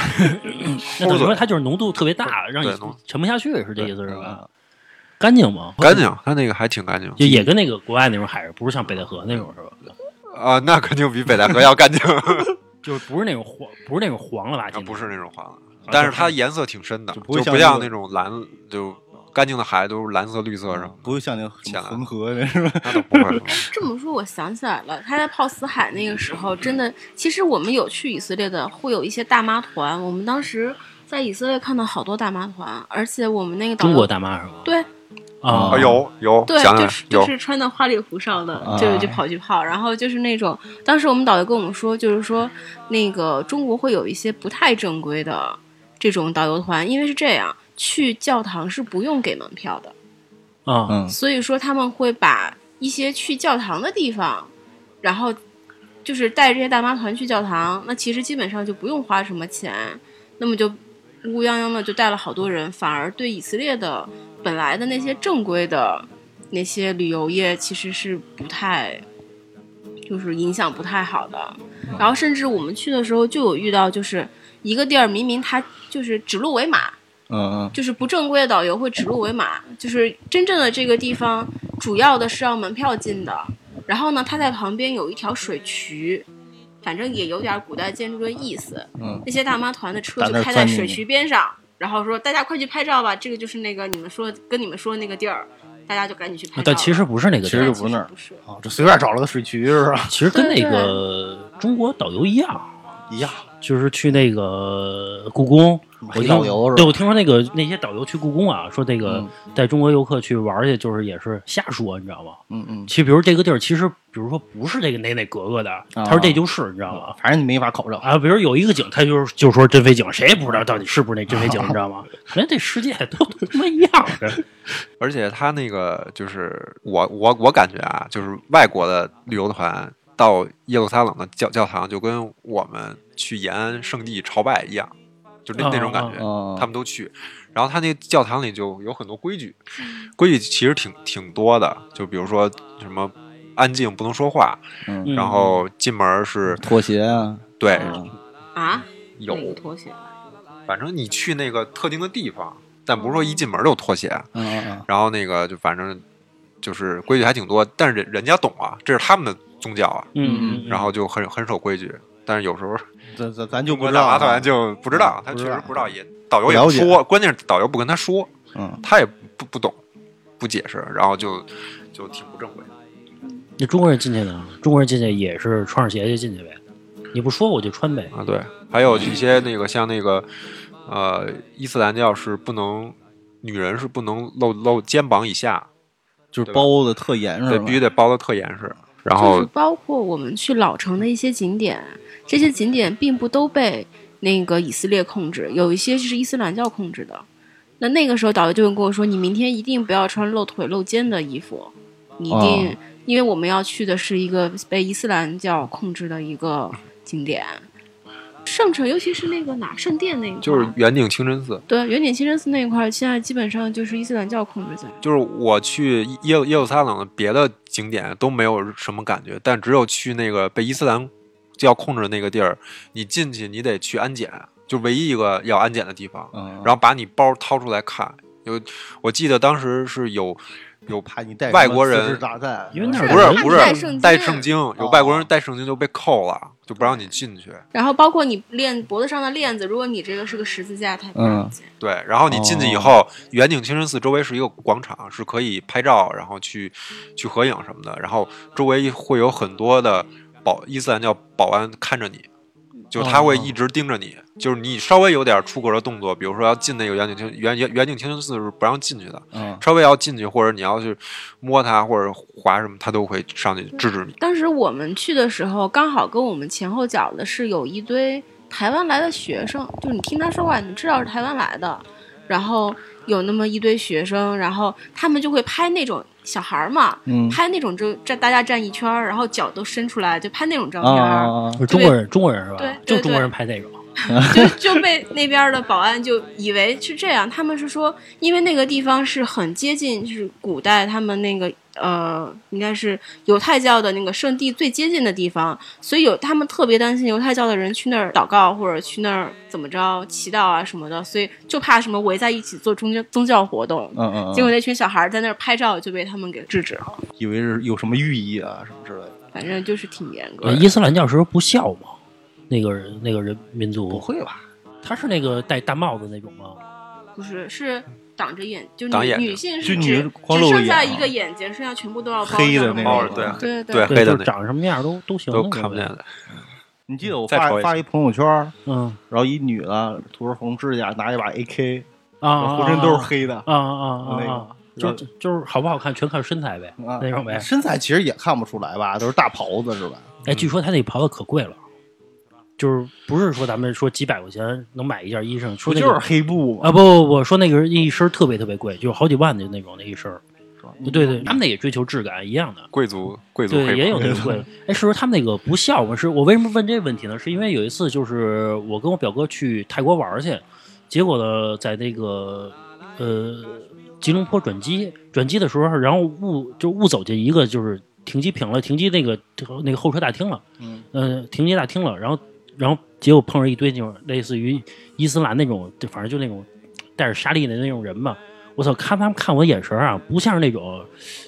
Speaker 2: 那等于说它就是浓度特别大，让你
Speaker 4: 对浓
Speaker 2: 沉不下去，是这意思是
Speaker 3: 是
Speaker 2: 吧？
Speaker 3: 吧？
Speaker 2: 干净吗？
Speaker 4: 干净，它那个还挺干净
Speaker 2: 就也跟那个国外那种海，不是像北戴河那种是吧？
Speaker 4: 啊，那肯定比北戴河 要干净，
Speaker 2: 就是不是那种黄，不是那种黄了吧唧
Speaker 4: 啊
Speaker 2: 的，
Speaker 4: 不是那种黄的，
Speaker 5: 啊
Speaker 4: 但是它颜色挺深的，
Speaker 3: 就
Speaker 4: 就
Speaker 3: 不会像
Speaker 4: 不
Speaker 3: 那
Speaker 4: 像
Speaker 3: 个
Speaker 4: 那种蓝，就干净的海都是蓝色、绿色上，
Speaker 3: 不会像那个什
Speaker 4: 浅
Speaker 3: 么
Speaker 4: 蓝
Speaker 3: 恒河那是吧？
Speaker 4: 那都不 会。
Speaker 5: 这么说，我想起来了，他在泡死海那个时候，真的，其实我们有去以色列的，会有一些大妈团。我们当时在以色列看到好多大妈团，而且我们那个导游
Speaker 2: 中国大妈是吧？
Speaker 5: 对
Speaker 2: 啊，
Speaker 4: 啊，有有，
Speaker 5: 对，
Speaker 4: 想起
Speaker 5: 就
Speaker 4: 来
Speaker 5: 是就
Speaker 4: 有，
Speaker 5: 是穿的花里胡哨的，
Speaker 3: 啊
Speaker 5: 就就跑去泡，然后就是那种，当时我们导游跟我们说，就是说那个中国会有一些不太正规的这种导游团，因为是这样，去教堂是不用给门票的。
Speaker 2: 啊，
Speaker 3: 嗯，
Speaker 5: 所以说他们会把一些去教堂的地方，然后就是带这些大妈团去教堂，那其实基本上就不用花什么钱，那么就乌泱泱的就带了好多人，反而对以色列的本来的那些正规的那些旅游业其实是不太。就是影响不太好的，然后甚至我们去的时候就有遇到，就是一个地儿明明它就是指鹿为马，
Speaker 3: 嗯
Speaker 5: 就是不正规的导游会指鹿为马，就是真正的这个地方主要的是要门票进的。然后呢，它在旁边有一条水渠，反正也有点古代建筑的意思。
Speaker 3: 嗯
Speaker 5: 那些大妈团的车
Speaker 3: 打
Speaker 5: 就
Speaker 3: 那儿
Speaker 5: 开在
Speaker 3: 钻进
Speaker 5: 水
Speaker 3: 去
Speaker 5: 渠边上，然后说大家快去拍照吧，这个就是那个你们说跟你们说的那个地儿，大家就赶紧去拍照了。
Speaker 2: 啊但其实不是那个地
Speaker 3: 其
Speaker 2: 儿
Speaker 3: 实，
Speaker 5: 但
Speaker 3: 就不是那儿
Speaker 5: 不是，
Speaker 3: 嗯，哦，这随便找了个水渠是吧？
Speaker 2: 其实跟那
Speaker 5: 对对
Speaker 2: 个中国导游一样，
Speaker 3: 一样，
Speaker 2: 就是去那个故宫。我
Speaker 3: 黑
Speaker 2: 听
Speaker 3: 导游是吧嗯
Speaker 2: 对，我听说那个那些导游去故宫啊，说那个带中国游客去玩去，就是也是瞎说，你知道吗？
Speaker 3: 嗯嗯，
Speaker 2: 其实，比如这个地儿，其实比如说不是这个哪哪格格
Speaker 3: 啊
Speaker 2: 的，他说这就是，你知道吗？
Speaker 3: 反正你没法考证。
Speaker 2: 啊，比如有一个井，他就是就说真飞井，谁也不知道到底是不是那真飞井，你知道吗？ 连这世界都都他妈一样，
Speaker 3: 嗯
Speaker 2: 嗯
Speaker 4: 而且它那个就是我我我感觉啊，就是外国的旅游团到耶路撒冷的教教堂，就跟我们去延安圣地朝拜一样，就那
Speaker 2: 啊
Speaker 4: 那种感觉，
Speaker 3: 嗯，
Speaker 4: 他们都去。然后他那教堂里就有很多规矩，
Speaker 5: 嗯
Speaker 4: 规矩其实挺挺多的，就比如说什么安静不能说话，
Speaker 3: 嗯
Speaker 4: 然后进门是
Speaker 3: 拖鞋啊，
Speaker 4: 对
Speaker 5: 啊，
Speaker 4: 有
Speaker 5: 哪个拖鞋？
Speaker 4: 反正你去那个特定的地方，但不是说一进门就脱鞋。
Speaker 3: 嗯嗯
Speaker 4: 然后那个就反正就是规矩还挺多，但是人人家懂啊，这是他们的宗教啊，
Speaker 2: 嗯，嗯
Speaker 4: 然后就很很守规矩。但是有时候
Speaker 3: 嗯，咱咱咱就
Speaker 4: 中
Speaker 3: 不
Speaker 4: 国
Speaker 3: 知
Speaker 4: 大
Speaker 3: 道
Speaker 4: 麻
Speaker 3: 了
Speaker 4: 团就不知道，他
Speaker 3: 不
Speaker 4: 确
Speaker 3: 知
Speaker 4: 实
Speaker 3: 道
Speaker 4: 不知道，也导游
Speaker 3: 不
Speaker 4: 也
Speaker 3: 了
Speaker 4: 不
Speaker 3: 解
Speaker 4: 说，关键是导游不跟他说，
Speaker 3: 嗯，
Speaker 4: 他也不不懂，不解释，然后就就挺不正规的。
Speaker 2: 那中国人进去呢？中国人进去也是穿上鞋就进去呗，你不说我就穿呗。
Speaker 4: 啊，对，还有一些那个像那个呃，伊斯兰教是不能女人是不能露露肩膀以下，
Speaker 3: 就是包的特严是
Speaker 4: 对，
Speaker 3: 吧？
Speaker 4: 必须得包的特严实。然
Speaker 5: 就
Speaker 4: 后
Speaker 5: 是包括我们去老城的一些景点，这些景点并不都被那个以色列控制，有一些是伊斯兰教控制的。那那个时候导游就会跟我说，你明天一定不要穿露腿露肩的衣服，你一定，
Speaker 3: 哦
Speaker 5: 因为我们要去的是一个被伊斯兰教控制的一个景点。圣城，尤其是那个哪圣殿那一块儿，
Speaker 4: 就是远景清真寺，
Speaker 5: 对圆顶清真寺那一块儿，现在基本上就是伊斯兰教控制在。
Speaker 4: 就是我去耶路耶路撒冷的别的景点都没有什么感觉，但只有去那个被伊斯兰教控制的那个地儿，你进去你得去安检，就唯一一个要安检的地方，
Speaker 3: 嗯，嗯，
Speaker 4: 然后把你包掏出来看。有我记得当时是有有
Speaker 3: 怕你带
Speaker 4: 外国人
Speaker 3: 什么自制炸弹，
Speaker 2: 因为那
Speaker 3: 是
Speaker 2: 儿
Speaker 3: 吧
Speaker 4: 不是不
Speaker 5: 带
Speaker 4: 是
Speaker 5: 圣
Speaker 4: 带
Speaker 5: 经啊哦
Speaker 4: 圣经，有外国人带圣经就被扣了，就不让你进去。
Speaker 5: 然后包括你链脖子上的链子，如果你这个是个十字架，它不让你
Speaker 3: 嗯
Speaker 5: 系
Speaker 4: 对，然后你进去以
Speaker 2: 哦
Speaker 4: 后，远景清真寺周围是一个广场，是可以拍照，然后去去合影什么的。然后周围会有很多的保伊斯兰教保安看着你，就他会一直盯着你，就是你稍微有点出格的动作，比如说要进那个远景清远远远景清真寺是不让进去的，
Speaker 3: 嗯，
Speaker 4: 稍微要进去或者你要去摸它或者划什么，他都会上去制止你。
Speaker 5: 当时我们去的时候，刚好跟我们前后脚的是有一堆台湾来的学生，就是你听他说话，你知道是台湾来的。然后有那么一堆学生，然后他们就会拍那种小孩儿嘛，
Speaker 3: 嗯
Speaker 5: 拍那种就站大家站一圈儿，然后脚都伸出来，就拍那种照
Speaker 3: 啊
Speaker 5: 片
Speaker 3: 啊
Speaker 5: 儿，
Speaker 3: 啊啊
Speaker 2: 不是中国人，中国人是吧
Speaker 5: 对？对
Speaker 2: 就中国人拍那种，
Speaker 5: 就就被那边儿的保安就以为是这样，他们是说，因为那个地方是很接近，就是古代他们那个呃，应该是犹太教的那个圣地最接近的地方，所以有他们特别担心犹太教的人去那儿祷告或者去那儿怎么着祈祷啊什么的，所以就怕什么围在一起做宗教宗教活动。
Speaker 3: 嗯嗯，
Speaker 5: 结果
Speaker 3: 嗯
Speaker 5: 那群小孩儿在那儿拍照就被他们给制止了，
Speaker 3: 以为是有什么寓意啊什么之类的。
Speaker 5: 反正就是挺严格
Speaker 2: 呃，
Speaker 5: 的。
Speaker 2: 伊斯兰教时候不孝吗？那个人，那个人民族
Speaker 3: 不会吧？
Speaker 2: 他是那个戴大帽子那种吗？
Speaker 5: 不是，是挡着眼，就
Speaker 4: 挡
Speaker 5: 女
Speaker 4: 眼
Speaker 5: 女
Speaker 4: 睛
Speaker 5: 性
Speaker 3: 就是女
Speaker 5: 只
Speaker 3: 人光
Speaker 5: 只
Speaker 3: 露
Speaker 5: 剩下
Speaker 3: 眼
Speaker 5: 一
Speaker 3: 啊
Speaker 5: 个眼睛，剩下全部都要包
Speaker 3: 黑的
Speaker 5: 上
Speaker 3: 那
Speaker 4: 包
Speaker 5: 面
Speaker 4: 着
Speaker 5: 对
Speaker 4: 对
Speaker 2: 对，
Speaker 4: 对黑的
Speaker 2: 就
Speaker 4: 那
Speaker 2: 是长什么样都都行，
Speaker 4: 都看不见
Speaker 2: 的。
Speaker 4: 的。
Speaker 3: 你记得我
Speaker 4: 再
Speaker 3: 发
Speaker 4: 瞅一
Speaker 3: 发一朋友圈儿，
Speaker 2: 嗯
Speaker 3: 然后一女的涂着红指甲，拿一把 AK，
Speaker 2: 啊啊，
Speaker 3: 浑身都是黑的，
Speaker 2: 啊啊啊
Speaker 3: 那
Speaker 2: 啊
Speaker 3: 个
Speaker 2: 啊，就就就是好不好看，全看身材呗，
Speaker 3: 啊
Speaker 2: 那种呗。
Speaker 3: 身材其实也看不出来吧，都是大袍子是吧？
Speaker 2: 哎，据说他那袍子可贵了，就是不是说咱们说几百块钱能买一件衣裳，
Speaker 3: 不
Speaker 2: 说那
Speaker 3: 就
Speaker 2: 个
Speaker 3: 是黑布
Speaker 2: 啊
Speaker 3: 吗？
Speaker 2: 不不不，说那个人一身特别特别贵，就是好几万的那种那一身。对
Speaker 3: 嗯
Speaker 2: 对，他们那也追求质感一样的。
Speaker 4: 贵族贵族黑
Speaker 2: 对，也有
Speaker 4: 帮
Speaker 2: 那个贵。哎，是不是他们那个不孝？我是我为什么问这个问题呢？是因为有一次就是我跟我表哥去泰国玩儿去，结果呢在那个呃吉隆坡转机，转机的时候，然后误就误走进一个就是停机坪了，停机那个那个候车大厅了，
Speaker 3: 嗯，
Speaker 2: 呃停机大厅了，然后然后结果碰上一堆那种类似于伊斯兰那种，就反正就那种带着沙粒的那种人嘛。我操，看他们看我眼神啊，不像是那种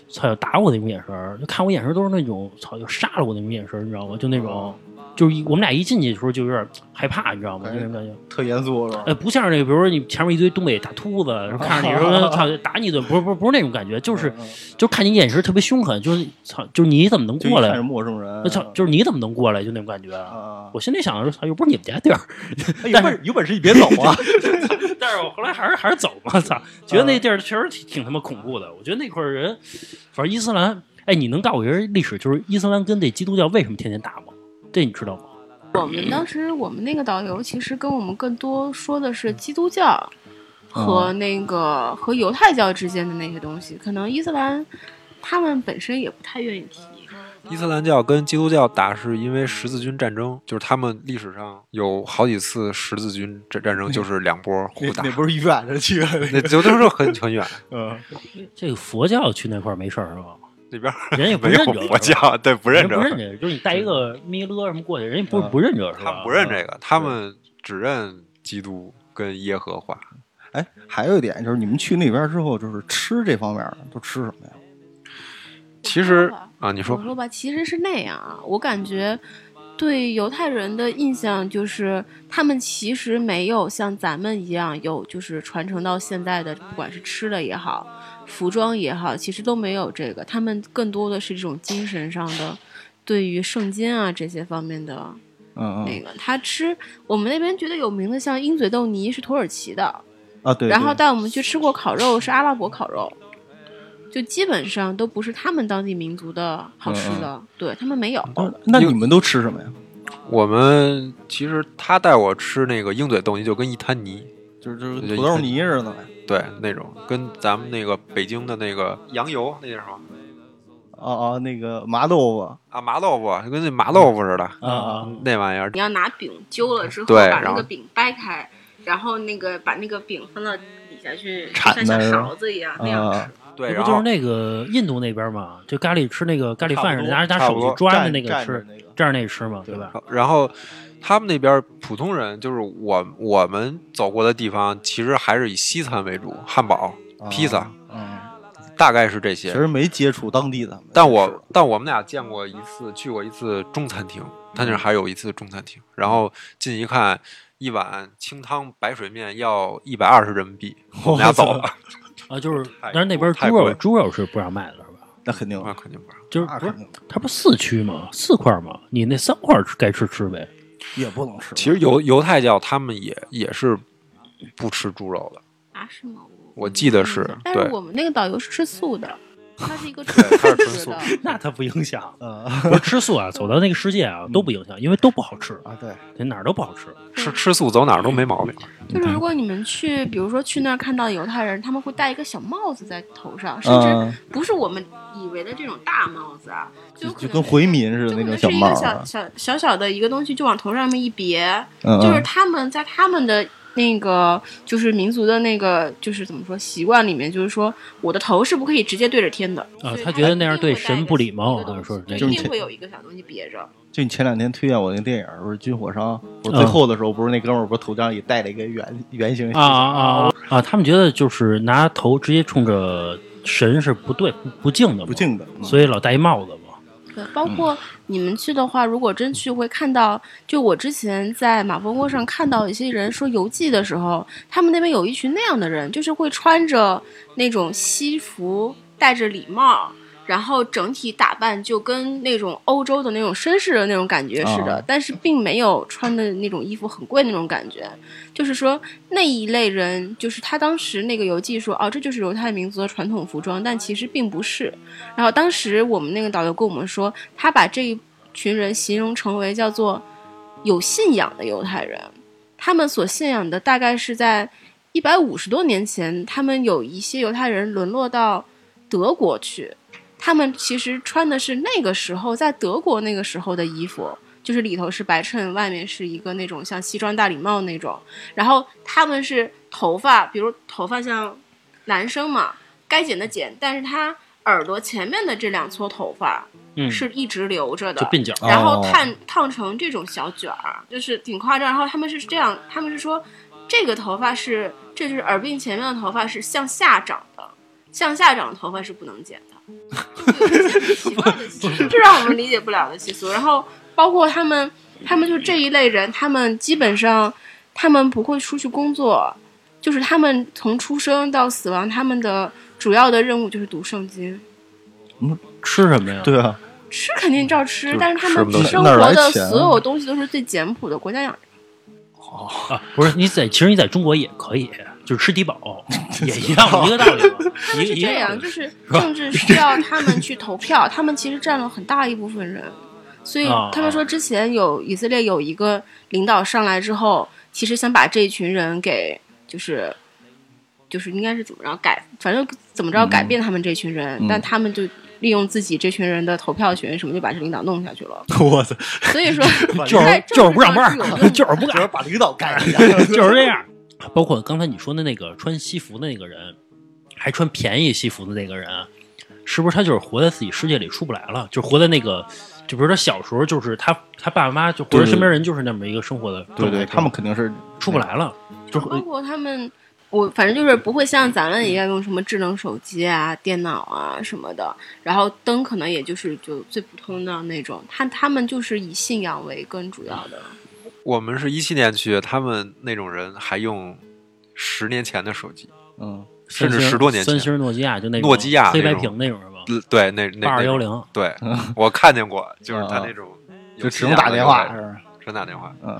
Speaker 2: 操要打我那种眼神儿，就看我眼神都是那种操要杀了我那种眼神儿，你知道吗？就那种，就是一我们俩一进去的时候就有点害怕，你知道吗？
Speaker 3: 感
Speaker 2: 那
Speaker 3: 觉
Speaker 2: 种感觉，
Speaker 3: 特严肃是吧？
Speaker 2: 哎，不像是那个，比如说你前面一堆东北大秃子，看着你说操打你一顿，不是不是不是那种感觉，就是
Speaker 3: 嗯
Speaker 2: 就看你眼神特别凶狠，就是操，就是你怎么能
Speaker 3: 就
Speaker 2: 过
Speaker 3: 一看
Speaker 2: 来
Speaker 3: 是？陌生人，嗯
Speaker 2: 我操，就是你怎么能过来？就那种感觉。
Speaker 3: 啊，
Speaker 2: 我心里想的是，操，又不是你们家地儿，
Speaker 3: 哎有本事有本事你别走啊！
Speaker 2: 但是我后来还是还是走嘛，操，
Speaker 4: 嗯
Speaker 2: 觉得那地儿确实挺挺他妈恐怖的。我觉得那块儿人，反正伊斯兰，哎，你能告诉我一人历史，就是伊斯兰跟这基督教为什么天天打吗？这你知道吗？
Speaker 5: 我们当时我们那个导游其实跟我们更多说的是基督教
Speaker 3: 嗯
Speaker 5: 和那个、和犹太教之间的那些东西，可能伊斯兰他们本身也不太愿意提。
Speaker 4: 伊斯兰教跟基督教打是因为十字军战争，就是他们历史上有好几次十字军战战争，就是两波互打
Speaker 3: 那，不是远着去了，
Speaker 4: 那就都是很很远，
Speaker 3: 嗯，
Speaker 2: 这个佛教去那块儿没事儿是吧？
Speaker 4: 那边
Speaker 2: 人也不
Speaker 4: 没
Speaker 2: 认
Speaker 4: 有
Speaker 2: 这个，
Speaker 4: 佛教，对，不认
Speaker 2: 人
Speaker 4: 这
Speaker 2: 不认
Speaker 4: 个，
Speaker 2: 这个，就是你带一个弥勒什么过去，人家不
Speaker 3: 嗯
Speaker 2: 不认这个，是
Speaker 4: 他
Speaker 2: 吧啊
Speaker 4: 们不认这个，他们只认基督跟耶和华。
Speaker 3: 哎，还有一点就是你们去那边之后，就是吃这方面儿都吃什么呀？
Speaker 4: 其实
Speaker 5: 我吧
Speaker 4: 啊，你
Speaker 5: 我
Speaker 4: 说
Speaker 5: 说吧，其实是那样啊，我感觉对犹太人的印象就是他们其实没有像咱们一样有就是传承到现在的，不管是吃的也好，服装也好，其实都没有这个，他们更多的是这种精神上的。对于圣经啊这些方面的
Speaker 3: 嗯
Speaker 5: 那
Speaker 3: 嗯
Speaker 5: 个，他吃我们那边觉得有名的，像鹰嘴豆泥是土耳其的，
Speaker 3: 啊，对，
Speaker 5: 然后
Speaker 3: 对
Speaker 5: 带我们去吃过烤肉是阿拉伯烤肉，就基本上都不是他们当地民族的好吃的，
Speaker 4: 嗯
Speaker 5: 对他们没有。
Speaker 3: 不是哦那你们都吃什么呀？
Speaker 4: 我们其实他带我吃那个鹰嘴豆泥，就跟一滩泥，
Speaker 3: 就是就是
Speaker 4: 对
Speaker 3: 土豆泥似的呗
Speaker 4: 对，那种跟咱们那个北京的那个羊油那叫什么
Speaker 3: 哦哦，那个麻豆腐
Speaker 4: 啊麻豆腐，就跟那麻豆腐似的，
Speaker 2: 嗯
Speaker 3: 啊啊，
Speaker 4: 那玩意儿
Speaker 5: 你要拿饼揪了之后，
Speaker 4: 对
Speaker 5: 把那
Speaker 4: 然后
Speaker 5: 个饼掰开，然后那个把那个饼放到底下去，
Speaker 3: 铲
Speaker 5: 像小
Speaker 3: 的是吧
Speaker 5: 勺子一样
Speaker 4: 嗯
Speaker 5: 那样吃。
Speaker 3: 啊，
Speaker 4: 对，
Speaker 2: 这
Speaker 4: 然
Speaker 2: 不就是
Speaker 4: 后
Speaker 2: 那个印度那边嘛？就咖喱吃那个咖喱饭似的，拿拿
Speaker 4: 差
Speaker 2: 手
Speaker 4: 不多
Speaker 2: 去抓的那个吃
Speaker 3: 蘸蘸，着那个
Speaker 2: 这样那吃嘛，对
Speaker 3: 对
Speaker 2: 吧？
Speaker 4: 然后他们那边普通人就是我我们走过的地方，其实还是以西餐为主，汉堡、
Speaker 3: 啊
Speaker 4: 披萨，
Speaker 3: 嗯，
Speaker 4: 大概是这
Speaker 3: 其
Speaker 4: 些。
Speaker 3: 实没接触当地的，
Speaker 4: 但我但我们俩见过一次，去过一次中餐厅，他那儿还有一次中餐厅，然后进一看，一碗清汤白水面要一百二十人民币，我们俩走了，
Speaker 2: 啊，就是，
Speaker 4: 太
Speaker 2: 但是那边
Speaker 4: 太
Speaker 2: 猪肉
Speaker 4: 贵
Speaker 2: 猪肉是不让卖的，是吧？
Speaker 3: 那肯定
Speaker 4: 那肯定不让。
Speaker 2: 就是
Speaker 3: 那
Speaker 2: 不是
Speaker 3: 肯定
Speaker 2: 它不四区吗？四块吗？你那三块吃该吃吃呗。
Speaker 3: 也不能吃。。
Speaker 4: 其实犹犹太教他们也也是不吃猪肉的，
Speaker 5: 啊，是吗？
Speaker 4: 我记得是
Speaker 5: 但
Speaker 4: 对
Speaker 5: 是我们那个导游是吃素的，它是一 个
Speaker 4: 对它是纯
Speaker 5: 吃
Speaker 4: 素
Speaker 5: 的，
Speaker 2: 那它不影响
Speaker 3: 呃
Speaker 2: 我吃素啊，走到那个世界啊都不影响，因为都不好吃，
Speaker 3: 啊，对，
Speaker 2: 哪儿都不好吃。
Speaker 4: 吃吃素走哪儿都没毛病。
Speaker 5: 就是如果你们去，比如说去那儿看到犹太人，他们会戴一个小帽子在头上，甚至
Speaker 3: 嗯，
Speaker 5: 不是我们以为的这种大帽子啊，就有可
Speaker 3: 就
Speaker 5: 能
Speaker 3: 跟回民似
Speaker 5: 就
Speaker 3: 的
Speaker 5: 可
Speaker 3: 那
Speaker 5: 能
Speaker 3: 种
Speaker 5: 是一
Speaker 3: 帽
Speaker 5: 个
Speaker 3: 儿
Speaker 5: 小
Speaker 3: 啊，
Speaker 5: 小小小的一个东西，就往头上面一别，
Speaker 3: 嗯，
Speaker 5: 就是
Speaker 3: 嗯
Speaker 5: 他们在他们的那个就是民族的那个就是怎么说习惯里面，就是说我的头是不可以直接对着天的
Speaker 2: 啊
Speaker 5: 所以
Speaker 2: 他觉得那样
Speaker 5: 一定会
Speaker 2: 对神
Speaker 5: 带一个
Speaker 2: 不礼貌
Speaker 5: 一个东西
Speaker 2: 好像说是这
Speaker 5: 就
Speaker 3: 样
Speaker 5: 一定会有一个小东西别着。
Speaker 3: 就你前两天推荐我那电影儿，不是《军火商》，我最
Speaker 2: 嗯
Speaker 3: 后的时候不是那哥们儿不是头上也戴了一个圆圆形
Speaker 2: 啊啊啊啊！他们觉得就是拿头直接冲着神是不对、不不敬的嘛，
Speaker 3: 不敬的，
Speaker 2: 所以老戴一帽子嘛。
Speaker 5: 对，包
Speaker 2: 嗯
Speaker 5: 括你们去的话，如果真去会看到，就我之前在马蜂窝上看到一些人说游记的时候，他们那边有一群那样的人，就是会穿着那种西服，戴着礼帽。然后整体打扮就跟那种欧洲的那种绅士的那种感觉似的，
Speaker 3: 啊
Speaker 5: 但是并没有穿的那种衣服很贵那种感觉。就是说那一类人，就是他当时那个游记说，哦，这就是犹太民族的传统服装，但其实并不是。然后当时我们那个导游跟我们说，他把这一群人形容成为叫做有信仰的犹太人，他们所信仰的大概是在一百五十多年前，他们有一些犹太人沦落到德国去，他们其实穿的是那个时候在德国那个时候的衣服。就是里头是白衬，外面是一个那种像西装大礼帽那种，然后他们是头发，比如头发像男生嘛，该剪的剪，但是他耳朵前面的这两撮头发
Speaker 2: 嗯，
Speaker 5: 是一直留着的，
Speaker 2: 就鬓角。
Speaker 3: 哦
Speaker 5: 然后烫烫成这种小卷儿，就是挺夸张。然后他们是这样，他们是说这个头发是，这就是耳鬓前面的头发是向下长的，向下长的头发是不能剪的，就会有一些很奇怪的习俗，这让我们理解不了的习俗。然后包括他们，他们就这一类人，他们基本上他们不会出去工作，就是他们从出生到死亡，他们的主要的任务就是读圣经。
Speaker 2: 吃什么呀？
Speaker 3: 对啊，
Speaker 5: 吃肯定照吃，
Speaker 4: 是
Speaker 5: 但是他们
Speaker 4: 吃不
Speaker 3: 到
Speaker 5: 生
Speaker 3: 哪儿
Speaker 5: 活
Speaker 3: 来
Speaker 5: 的
Speaker 3: 钱啊
Speaker 5: 所有东西都是最简朴的，国家养
Speaker 2: 啊，不是你在，其实你在中国也可以，就是吃低 保也一样，一个道理嘛。一
Speaker 5: 是
Speaker 2: 一
Speaker 5: 这
Speaker 2: 个道
Speaker 5: 样，
Speaker 2: 理
Speaker 5: 就是
Speaker 2: 吧
Speaker 5: 政治需要他们去投票， 他们其实占了很大一部分人，所以
Speaker 2: 啊
Speaker 5: 他们说之前有以色列有一个领导上来之后，其实想把这一群人给就是就是应该是怎么着改，反正怎么着改变他们这群人，
Speaker 3: 嗯
Speaker 5: 但他们就利用自己这群人的投票权什么，就把这领导弄下去了。
Speaker 3: 我操，
Speaker 5: 所以说，
Speaker 2: 就是就是不上班
Speaker 5: 在政治上是有用，的
Speaker 2: 就是不干，
Speaker 3: 把领导干掉，
Speaker 2: 就是这样。包括刚才你说的那个穿西服的那个人，还穿便宜西服的那个人，啊是不是他就是活在自己世界里出不来了？就活在那个，就比如说小时候，就是他他爸爸妈妈就或者
Speaker 3: 对
Speaker 2: 身边人就是那么一个生活的
Speaker 3: 对
Speaker 2: 状态
Speaker 3: 对，他们肯定是
Speaker 2: 出不来了。
Speaker 5: 就包括他们，我反正就是不会像咱们一样用什么智能手机啊、电脑啊什么的，然后灯可能也就是就最普通的那种。他他们就是以信仰为根主要的，
Speaker 4: 我们是一七年去，他们那种人还用十年前的手机，
Speaker 3: 嗯，
Speaker 4: 甚至十多年前
Speaker 2: 三星、诺基亚就那种
Speaker 4: 诺基亚
Speaker 2: 黑白
Speaker 4: 那种
Speaker 2: 屏那种是吧？
Speaker 3: 嗯
Speaker 4: 呃对，那那
Speaker 2: 八二幺
Speaker 4: 那
Speaker 2: 零，
Speaker 4: 对，我看见过，就是他
Speaker 3: 啊
Speaker 4: 那种
Speaker 3: 嗯
Speaker 4: 有
Speaker 3: 就只能
Speaker 4: 信仰
Speaker 3: 打
Speaker 4: 的
Speaker 3: 电
Speaker 4: 那
Speaker 3: 话
Speaker 4: 种
Speaker 3: 是
Speaker 4: 人，
Speaker 3: 吧？
Speaker 4: 只能打电话。
Speaker 3: 嗯，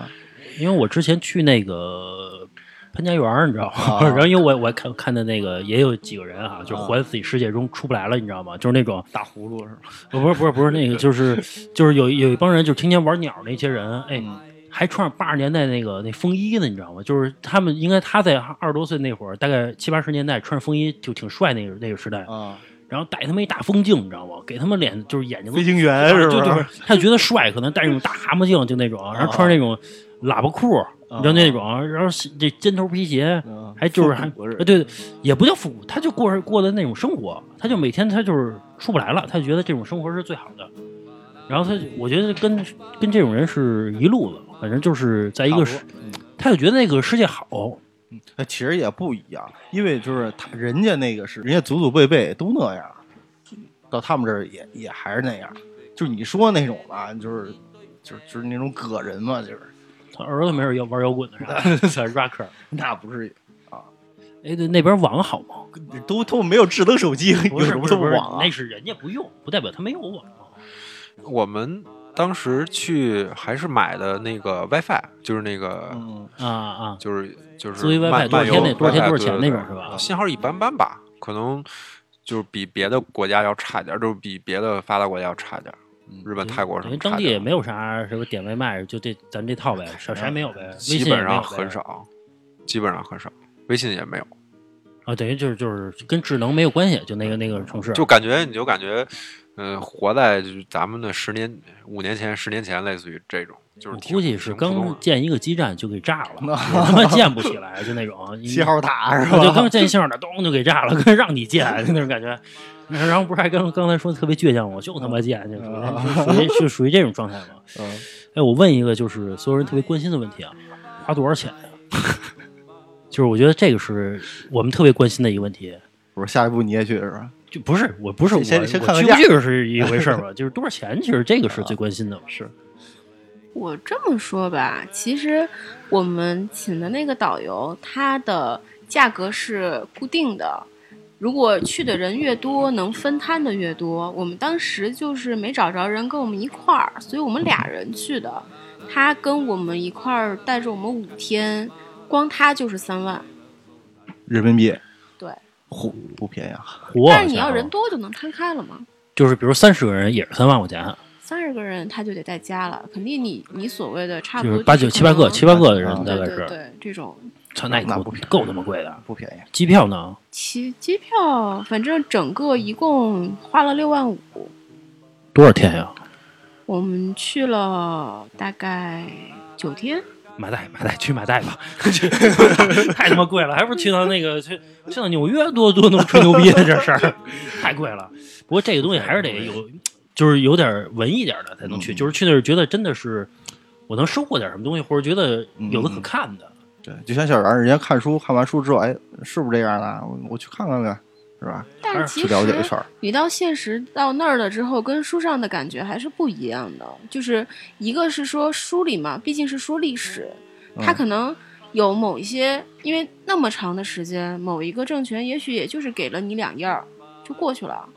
Speaker 2: 因为我之前去那个潘家园儿，你知道吗？
Speaker 3: 啊
Speaker 2: 然后因为我我看看的那个也有几个人啊，就活在自己世界中出不来了，你知道吗？就是那种
Speaker 3: 打葫芦是吧？
Speaker 2: 呃不是不是不是那个， 就是就是有有一帮人就是天天玩鸟那些人，哎，
Speaker 3: 嗯
Speaker 2: 还穿着八十年代那个那风衣呢，你知道吗？就是他们应该他在二十多岁那会儿，大概七八十年代穿着风衣就挺帅那个那个时代，
Speaker 3: 啊，
Speaker 2: 然后戴他妈一大风镜，你知道吗？给他们脸就是眼睛
Speaker 3: 飞行员哎是
Speaker 2: 啊就就是
Speaker 3: 吧？
Speaker 2: 他就觉得帅，可能戴那种大蛤蟆镜就那种，然后穿着那种喇叭裤，你知道那种，然后是这尖头皮鞋，
Speaker 3: 哦嗯
Speaker 2: 还就是还
Speaker 3: 复古是
Speaker 2: 呃对，也不叫复古，他就过着过的那种生活，他就每天他就是出不来了，他就觉得这种生活是最好的。然后他，我觉得跟跟这种人是一路子，反正就是在一个世
Speaker 3: 差不多，嗯
Speaker 2: 他就觉得那个世界好，
Speaker 3: 那其实也不一样，因为就是他人家那个是人家祖祖辈辈都那样，到他们这儿也也还是那样。就是你说那种吧，就是就是就是那种葛人嘛，就是
Speaker 2: 他儿子没准要玩摇滚的 啥，rocker。
Speaker 3: 那不是
Speaker 2: 哎，对，那边网好 吗？
Speaker 3: 都都没有智能手机，
Speaker 2: 不
Speaker 3: 有
Speaker 2: 是
Speaker 3: 什
Speaker 2: 不
Speaker 3: 么
Speaker 2: 是
Speaker 3: 这
Speaker 2: 不
Speaker 3: 么
Speaker 2: 是
Speaker 3: 网，啊
Speaker 2: 那？是人家不用，不代表他没有网。啊
Speaker 4: 我们当时去还是买的那个 WiFi，就是那个
Speaker 3: 嗯，
Speaker 2: 啊啊！
Speaker 4: 就是就是
Speaker 2: 租一 WiFi
Speaker 4: 漫
Speaker 2: 多少
Speaker 4: 漫游
Speaker 2: 天那多少天
Speaker 4: WiFi，
Speaker 2: 多少钱
Speaker 4: 对对
Speaker 2: 那种
Speaker 4: 对
Speaker 2: 是吧
Speaker 4: 信号一般般吧，可能就是比别的国家要差一点儿，就是比别的发达国家要差一点儿。嗯日本、泰国
Speaker 2: 因
Speaker 4: 什么
Speaker 2: 为
Speaker 4: 差
Speaker 2: 当地
Speaker 4: 点
Speaker 2: 也
Speaker 4: 儿
Speaker 2: 没有啥什么点外卖，就这咱这套呗，啥啥也没有呗，微信
Speaker 4: 基
Speaker 2: 也
Speaker 4: 本
Speaker 2: 没有
Speaker 4: 上
Speaker 2: 呗
Speaker 4: 很少，基本上很少，微信也没有。
Speaker 2: 啊，等于就是就是跟智能没有关系，就那个那个城市
Speaker 4: 就感觉你就感觉，嗯、活在就是咱们的十年、五年前、十年前，类似于这种，就是
Speaker 2: 我
Speaker 4: 挺
Speaker 2: 估计是
Speaker 4: 挺普通
Speaker 2: 刚
Speaker 4: 的
Speaker 2: 建一个基站就给炸了，也他妈建不起来，就那 种
Speaker 3: 信号塔是
Speaker 2: 我就
Speaker 3: 吧？
Speaker 2: 刚建信号塔，咚就给炸了，跟让你建就那种感觉。然后不是还刚刚才说特别倔强吗，我就他妈建，就属于就属于就属于这种状态吗？
Speaker 3: 嗯，
Speaker 2: 哎，我问一个就是所有人特别关心的问题啊， 花多少钱呀、就是我觉得这个是我们特别关心的一个问题，
Speaker 3: 我说下一步你也去是吧？
Speaker 2: 就不是我不是我
Speaker 3: 先先看
Speaker 2: 我
Speaker 3: 看
Speaker 2: 去
Speaker 3: 价
Speaker 2: 不去是一回事儿吧，就是多少钱，其实这个是最关心的。
Speaker 3: 啊
Speaker 2: 是
Speaker 5: 我这么说吧，其实我们请的那个导游，他的价格是固定的。如果去的人越多，能分摊的越多。我们当时就是没找着人跟我们一块儿，所以我们俩人去的。他跟我们一块儿带着我们五天，光他就是三万。
Speaker 3: 人民币
Speaker 5: 对，
Speaker 3: 嚯不便宜啊！
Speaker 2: 嚯
Speaker 5: 但是你
Speaker 2: 家
Speaker 5: 要
Speaker 2: 伙
Speaker 5: 人多就能摊开了嘛。
Speaker 2: 就是比如三十个人也是三万块钱，啊
Speaker 5: 三十个人他就得带家了，肯定你你所谓的差不
Speaker 2: 就
Speaker 5: 多
Speaker 2: 是八九
Speaker 5: 可
Speaker 2: 七八个
Speaker 5: 能
Speaker 2: 七八个的人
Speaker 3: 啊
Speaker 2: 大
Speaker 5: 嗯对
Speaker 2: 概
Speaker 5: 对对
Speaker 2: 是，
Speaker 5: 对这种
Speaker 2: 操那也
Speaker 3: 那
Speaker 2: 够
Speaker 3: 不便宜
Speaker 2: 够他妈贵的。啊
Speaker 3: 不便宜，
Speaker 2: 机票呢？
Speaker 5: 其机票，反正整个一共花了六万五，
Speaker 2: 多少天呀？
Speaker 5: 我们去了大概九天。
Speaker 2: 马代，马代，去马代吧， 太他妈贵了，还不如去趟那个去去趟纽约多多能吹牛逼的这事儿，太贵了。不过这个东西还是得有，就是有点文艺点的才能
Speaker 4: 嗯
Speaker 2: 去，就是去那儿觉得真的是我能收获点什么东西，或者觉得有的
Speaker 4: 嗯
Speaker 2: 可看的。
Speaker 3: 对，就像小袁儿，人家看书看完书之后，哎，是不是这样的啊？我我去看看呗，是吧？
Speaker 5: 但是其
Speaker 3: 去了解一
Speaker 5: 实
Speaker 3: 圈儿。
Speaker 5: 你到现实到那儿了之后，跟书上的感觉还是不一样的。就是一个是说书里嘛，毕竟是说历史，它
Speaker 3: 嗯
Speaker 5: 可能有某一些，因为那么长的时间，某一个政权也许也就是给了你两页儿就过去了。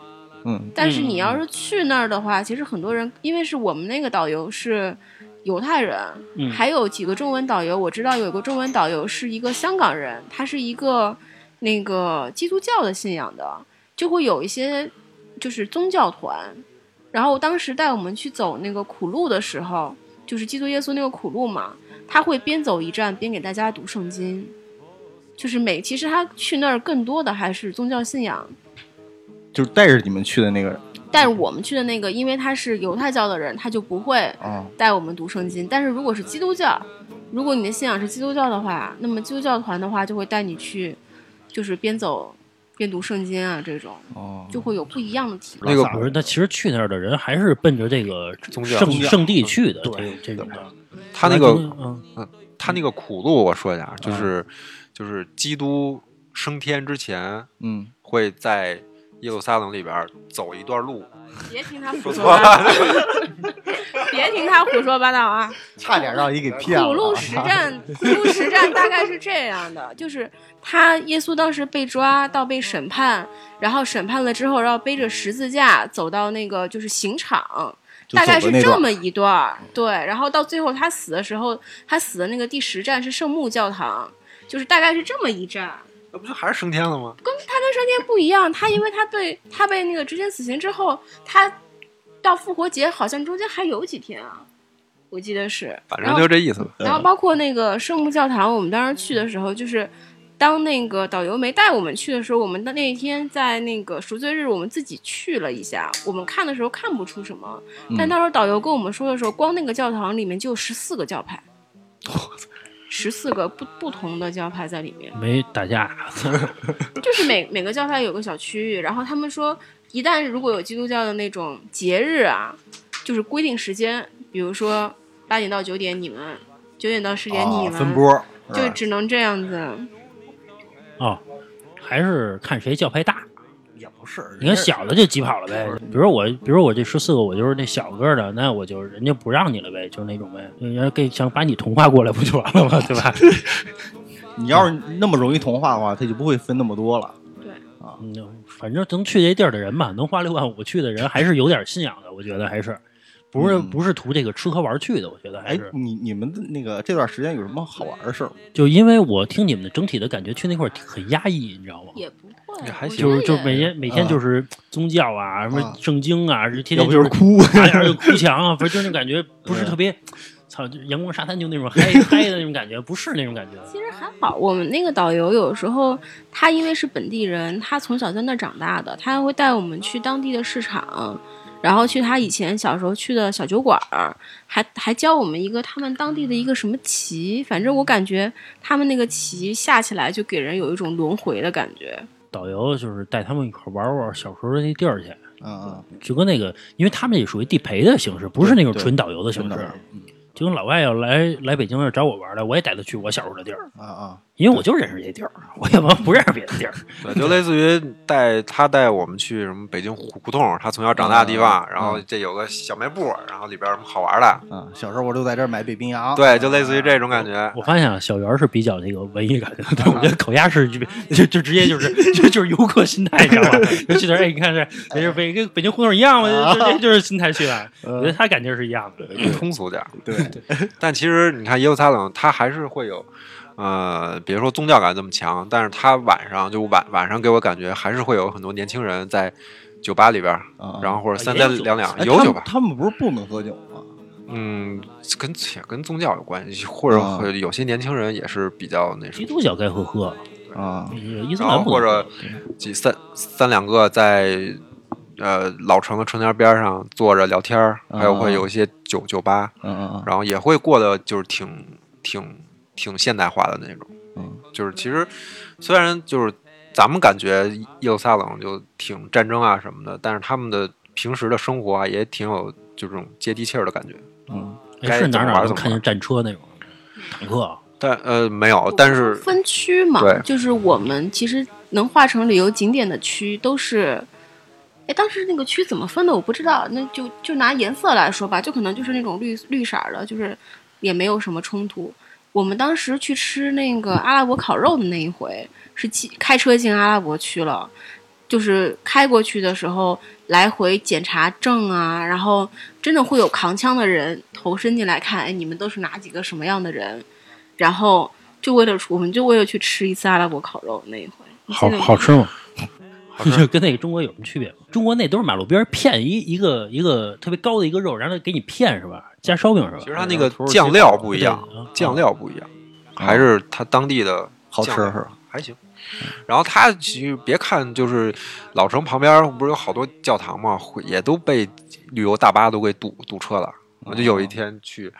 Speaker 3: 嗯，
Speaker 5: 但是你要是去那儿的话，其实很多人，因为是我们那个导游是犹太人，
Speaker 2: 嗯
Speaker 5: 还有几个中文导游，我知道有个中文导游是一个香港人，他是一个那个基督教的信仰的，就会有一些就是宗教团。然后当时带我们去走那个苦路的时候，就是基督耶稣那个苦路嘛，他会边走一站边给大家读圣经，就是每其实他去那儿更多的还是宗教信仰。
Speaker 3: 就是带着你们去的那个人
Speaker 5: 但是我们去的那个，因为他是犹太教的人，他就不会
Speaker 3: 啊，
Speaker 5: 带我们读圣经。但是如果是基督教，如果你的信仰是基督教的话，那么基督教团的话就会带你去，就是边走边读圣经啊，这种
Speaker 3: 哦，
Speaker 5: 就会有不一样的 体验。
Speaker 4: 那个
Speaker 2: 不是，那其实去那儿的人还是奔着这个
Speaker 4: 宗教
Speaker 2: 圣
Speaker 4: 宗教嗯
Speaker 2: 圣地去的，
Speaker 3: 对
Speaker 2: 这这种的。
Speaker 4: 他那个
Speaker 2: 嗯，
Speaker 4: 他那个苦路，我说一下，就是嗯就是基督升天之前
Speaker 3: 嗯，
Speaker 4: 会在耶路撒冷里边走一段路，
Speaker 5: 别听他胡说八道，啊 别听他胡说八道啊！
Speaker 3: 差点让你给骗了。啊
Speaker 5: 苦路实战，苦路实战大概是这样的，就是他耶稣当时被抓到被审判，然后审判了之后，然后背着十字架走到那个就是刑场。
Speaker 3: 就
Speaker 5: 大概
Speaker 3: 走
Speaker 5: 是
Speaker 3: 的那
Speaker 5: 这
Speaker 3: 段
Speaker 5: 么一段儿，对，然后到最后他死的时候，他死的那个第十站是圣母教堂，就是大概是这么一站。
Speaker 4: 那不就还是升天了吗？
Speaker 5: 他跟上天不一样，他因为他被他被那个执行死刑之后，他到复活节好像中间还有几天啊，我记得是。
Speaker 4: 反
Speaker 5: 然
Speaker 4: 正
Speaker 5: 后
Speaker 4: 就这意思吧。
Speaker 3: 嗯
Speaker 5: 然后包括那个圣母教堂，我们当时去的时候，就是当那个导游没带我们去的时候，我们的那一天在那个赎罪日，我们自己去了一下。我们看的时候看不出什么，
Speaker 3: 嗯
Speaker 5: 但到时候导游跟我们说的时候，光那个教堂里面就有十四个教派，十四个不不同的教派在里 面。
Speaker 2: 没打架，
Speaker 5: 就是每每个教派有个小区域，然后他们说，一旦如果有基督教的那种节日啊，就是规定时间，比如说八点到九点你们，九点到十点你
Speaker 3: 啊，
Speaker 5: 们，
Speaker 3: 分波儿，
Speaker 5: 就是
Speaker 3: 吧
Speaker 5: 只能这样子。啊
Speaker 2: 哦，还是看谁教派大。
Speaker 3: 也不是，
Speaker 2: 你看小的就挤跑了呗。比如我，比如我这十四个，我就是那小个儿的，那我就人家不让你了呗，就是那种呗。人家给想把你同化过来，不就完了吗？对 吧？
Speaker 3: 你要是那么容易同化的话，他就不会分那么多了。
Speaker 2: 嗯，反正能去这地儿的人嘛，能花六万五去的人，还是有点信仰的。我觉得还是，不是
Speaker 3: 嗯
Speaker 2: 不是图这个吃喝玩去的，我觉得还
Speaker 3: 哎
Speaker 2: 是，
Speaker 3: 你你们的那个这段时间有什么好玩的事儿吗？
Speaker 2: 就因为我听你们的整体的感觉，去那块儿很压抑，你知道吗？
Speaker 5: 也不会
Speaker 4: 也，还
Speaker 5: 我
Speaker 4: 行
Speaker 5: 觉
Speaker 2: 就
Speaker 5: 得
Speaker 2: 是就是
Speaker 5: 也
Speaker 2: 每天每天
Speaker 3: 啊
Speaker 2: 就是宗教啊，什么
Speaker 3: 啊
Speaker 2: 圣经啊，就天
Speaker 3: 要
Speaker 2: 天
Speaker 3: 不就是
Speaker 2: 是
Speaker 3: 哭，
Speaker 2: 打眼儿就哭墙 啊，反正就那种感觉不是特别，操，就阳光沙滩就那种嗨嗨的那种感觉，不是那种感觉。
Speaker 5: 其实还好，我们那个导游有时候他因为是本地人，他从小在那儿长大的，他会带我们去当地的市场，然后去他以前小时候去的小酒馆儿，还还教我们一个他们当地的一个什么棋，反正我感觉他们那个棋下起来就给人有一种轮回的感觉。
Speaker 2: 导游就是带他们一块儿玩玩小时候的那地儿去，
Speaker 3: 嗯，
Speaker 2: 就跟那个，因为他们也属于地陪的形式，不是那种
Speaker 3: 对
Speaker 2: 纯导游的形
Speaker 3: 真的
Speaker 2: 式。就跟老外要来来北京要找我玩来，我也带他去我小时候的地儿，
Speaker 3: 啊啊，
Speaker 2: 因为我就认识这地儿，我也不不认识别的地 儿。
Speaker 4: 对，就类似于带他带我们去什么北京胡胡同，他从小长大的
Speaker 3: 嗯
Speaker 4: 地方，然后这有个小卖部，然后里边有什么好玩的，
Speaker 3: 啊，小时候我就在这儿买北冰洋，
Speaker 4: 对，就类似于这种感觉。
Speaker 2: 我发现啊，小袁是比较那个文艺感觉，但我觉得烤鸭是就就就直接就是就就是游客心态，你知道吧？ 就去那儿，哎，你看这没事，北跟北京胡同一样嘛，就就就就是心态去了。我觉得他感觉是一样的。
Speaker 4: 通俗点儿，
Speaker 3: 呃对，
Speaker 4: 但其实你看耶路撒冷，它还是会有，呃，别说宗教感这么强，但是它晚上就晚晚上给我感觉还是会有很多年轻人在酒吧里边儿，
Speaker 3: 啊
Speaker 4: 然后或者三
Speaker 2: 也有
Speaker 4: 三两两
Speaker 3: 哎
Speaker 4: 有
Speaker 3: 他
Speaker 4: 酒
Speaker 3: 们
Speaker 4: 吧，
Speaker 3: 他们不是不能喝酒吗？
Speaker 4: 嗯，跟也跟宗教有关系，或者
Speaker 3: 啊
Speaker 4: 会有些年轻人也是比较那什
Speaker 2: 基
Speaker 4: 么。
Speaker 2: 督教该喝喝，
Speaker 3: 啊，
Speaker 2: 伊斯
Speaker 4: 然
Speaker 2: 兰
Speaker 4: 后
Speaker 2: 不
Speaker 4: 或
Speaker 2: 能喝
Speaker 4: 者几三三两个在呃老城的春天边上坐着聊天儿，还有
Speaker 3: 啊
Speaker 4: 会有一些酒酒吧，
Speaker 3: 嗯嗯
Speaker 4: 然后也会过得就是挺挺挺现代化的那种，
Speaker 3: 嗯，
Speaker 4: 就是其实虽然就是咱们感觉耶路撒冷就挺战争啊什么的，但是他们的平时的生活啊也挺有就这种接地气儿的感觉。
Speaker 3: 嗯
Speaker 2: 哎是哪儿哪儿
Speaker 4: 该怎么玩
Speaker 2: 能
Speaker 4: 怎么玩
Speaker 2: 看见战车那种坦克啊，
Speaker 4: 但呃没有，但是
Speaker 5: 分区嘛
Speaker 4: 对，
Speaker 5: 就是我们其实能划成旅游景点的区都是。哎，当时那个区怎么分的我不知道，那就就拿颜色来说吧，就可能就是那种绿绿色儿的，就是也没有什么冲突。我们当时去吃那个阿拉伯烤肉的那一回，是进开车进阿拉伯区了，就是开过去的时候来回检查证啊，然后真的会有扛枪的人头伸进来看，哎，你们都是哪几个什么样的人，然后就为了我们就为了去吃一次阿拉伯烤肉那一回，你记得吗
Speaker 2: 吃吗？
Speaker 4: 好
Speaker 2: 就
Speaker 4: 像
Speaker 2: 跟那个中国有什么区别吗？中国那都是马路边儿骗一一个一个特别高的一个肉，然后给你骗是吧？加烧饼是吧？
Speaker 4: 其实它那个酱料不一样
Speaker 2: 对啊，
Speaker 4: 酱料不一样，还是它当地的
Speaker 3: 啊好吃
Speaker 4: 酱
Speaker 3: 是
Speaker 4: 料
Speaker 3: 吧？
Speaker 4: 还行。然后它其实别看就是老城旁边不是有好多教堂嘛，会也都被旅游大巴都给堵堵车了。我就有
Speaker 2: 哦
Speaker 4: 一天去，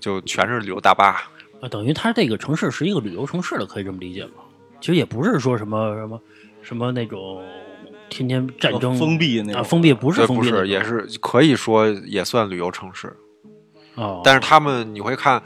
Speaker 4: 就全是旅游大巴。
Speaker 2: 啊，等于它这个城市是一个旅游城市了，可以这么理解吗？其实也不是说什么什么什么那种天天战
Speaker 4: 呃
Speaker 2: 争
Speaker 3: 封闭那
Speaker 2: 啊，
Speaker 3: 种
Speaker 2: 封闭不是
Speaker 4: 对，
Speaker 2: 封
Speaker 4: 呃不
Speaker 2: 闭那
Speaker 4: 是，
Speaker 2: 种
Speaker 4: 也是可以说也算旅游城市，
Speaker 2: 哦，
Speaker 4: 但是他们你会看，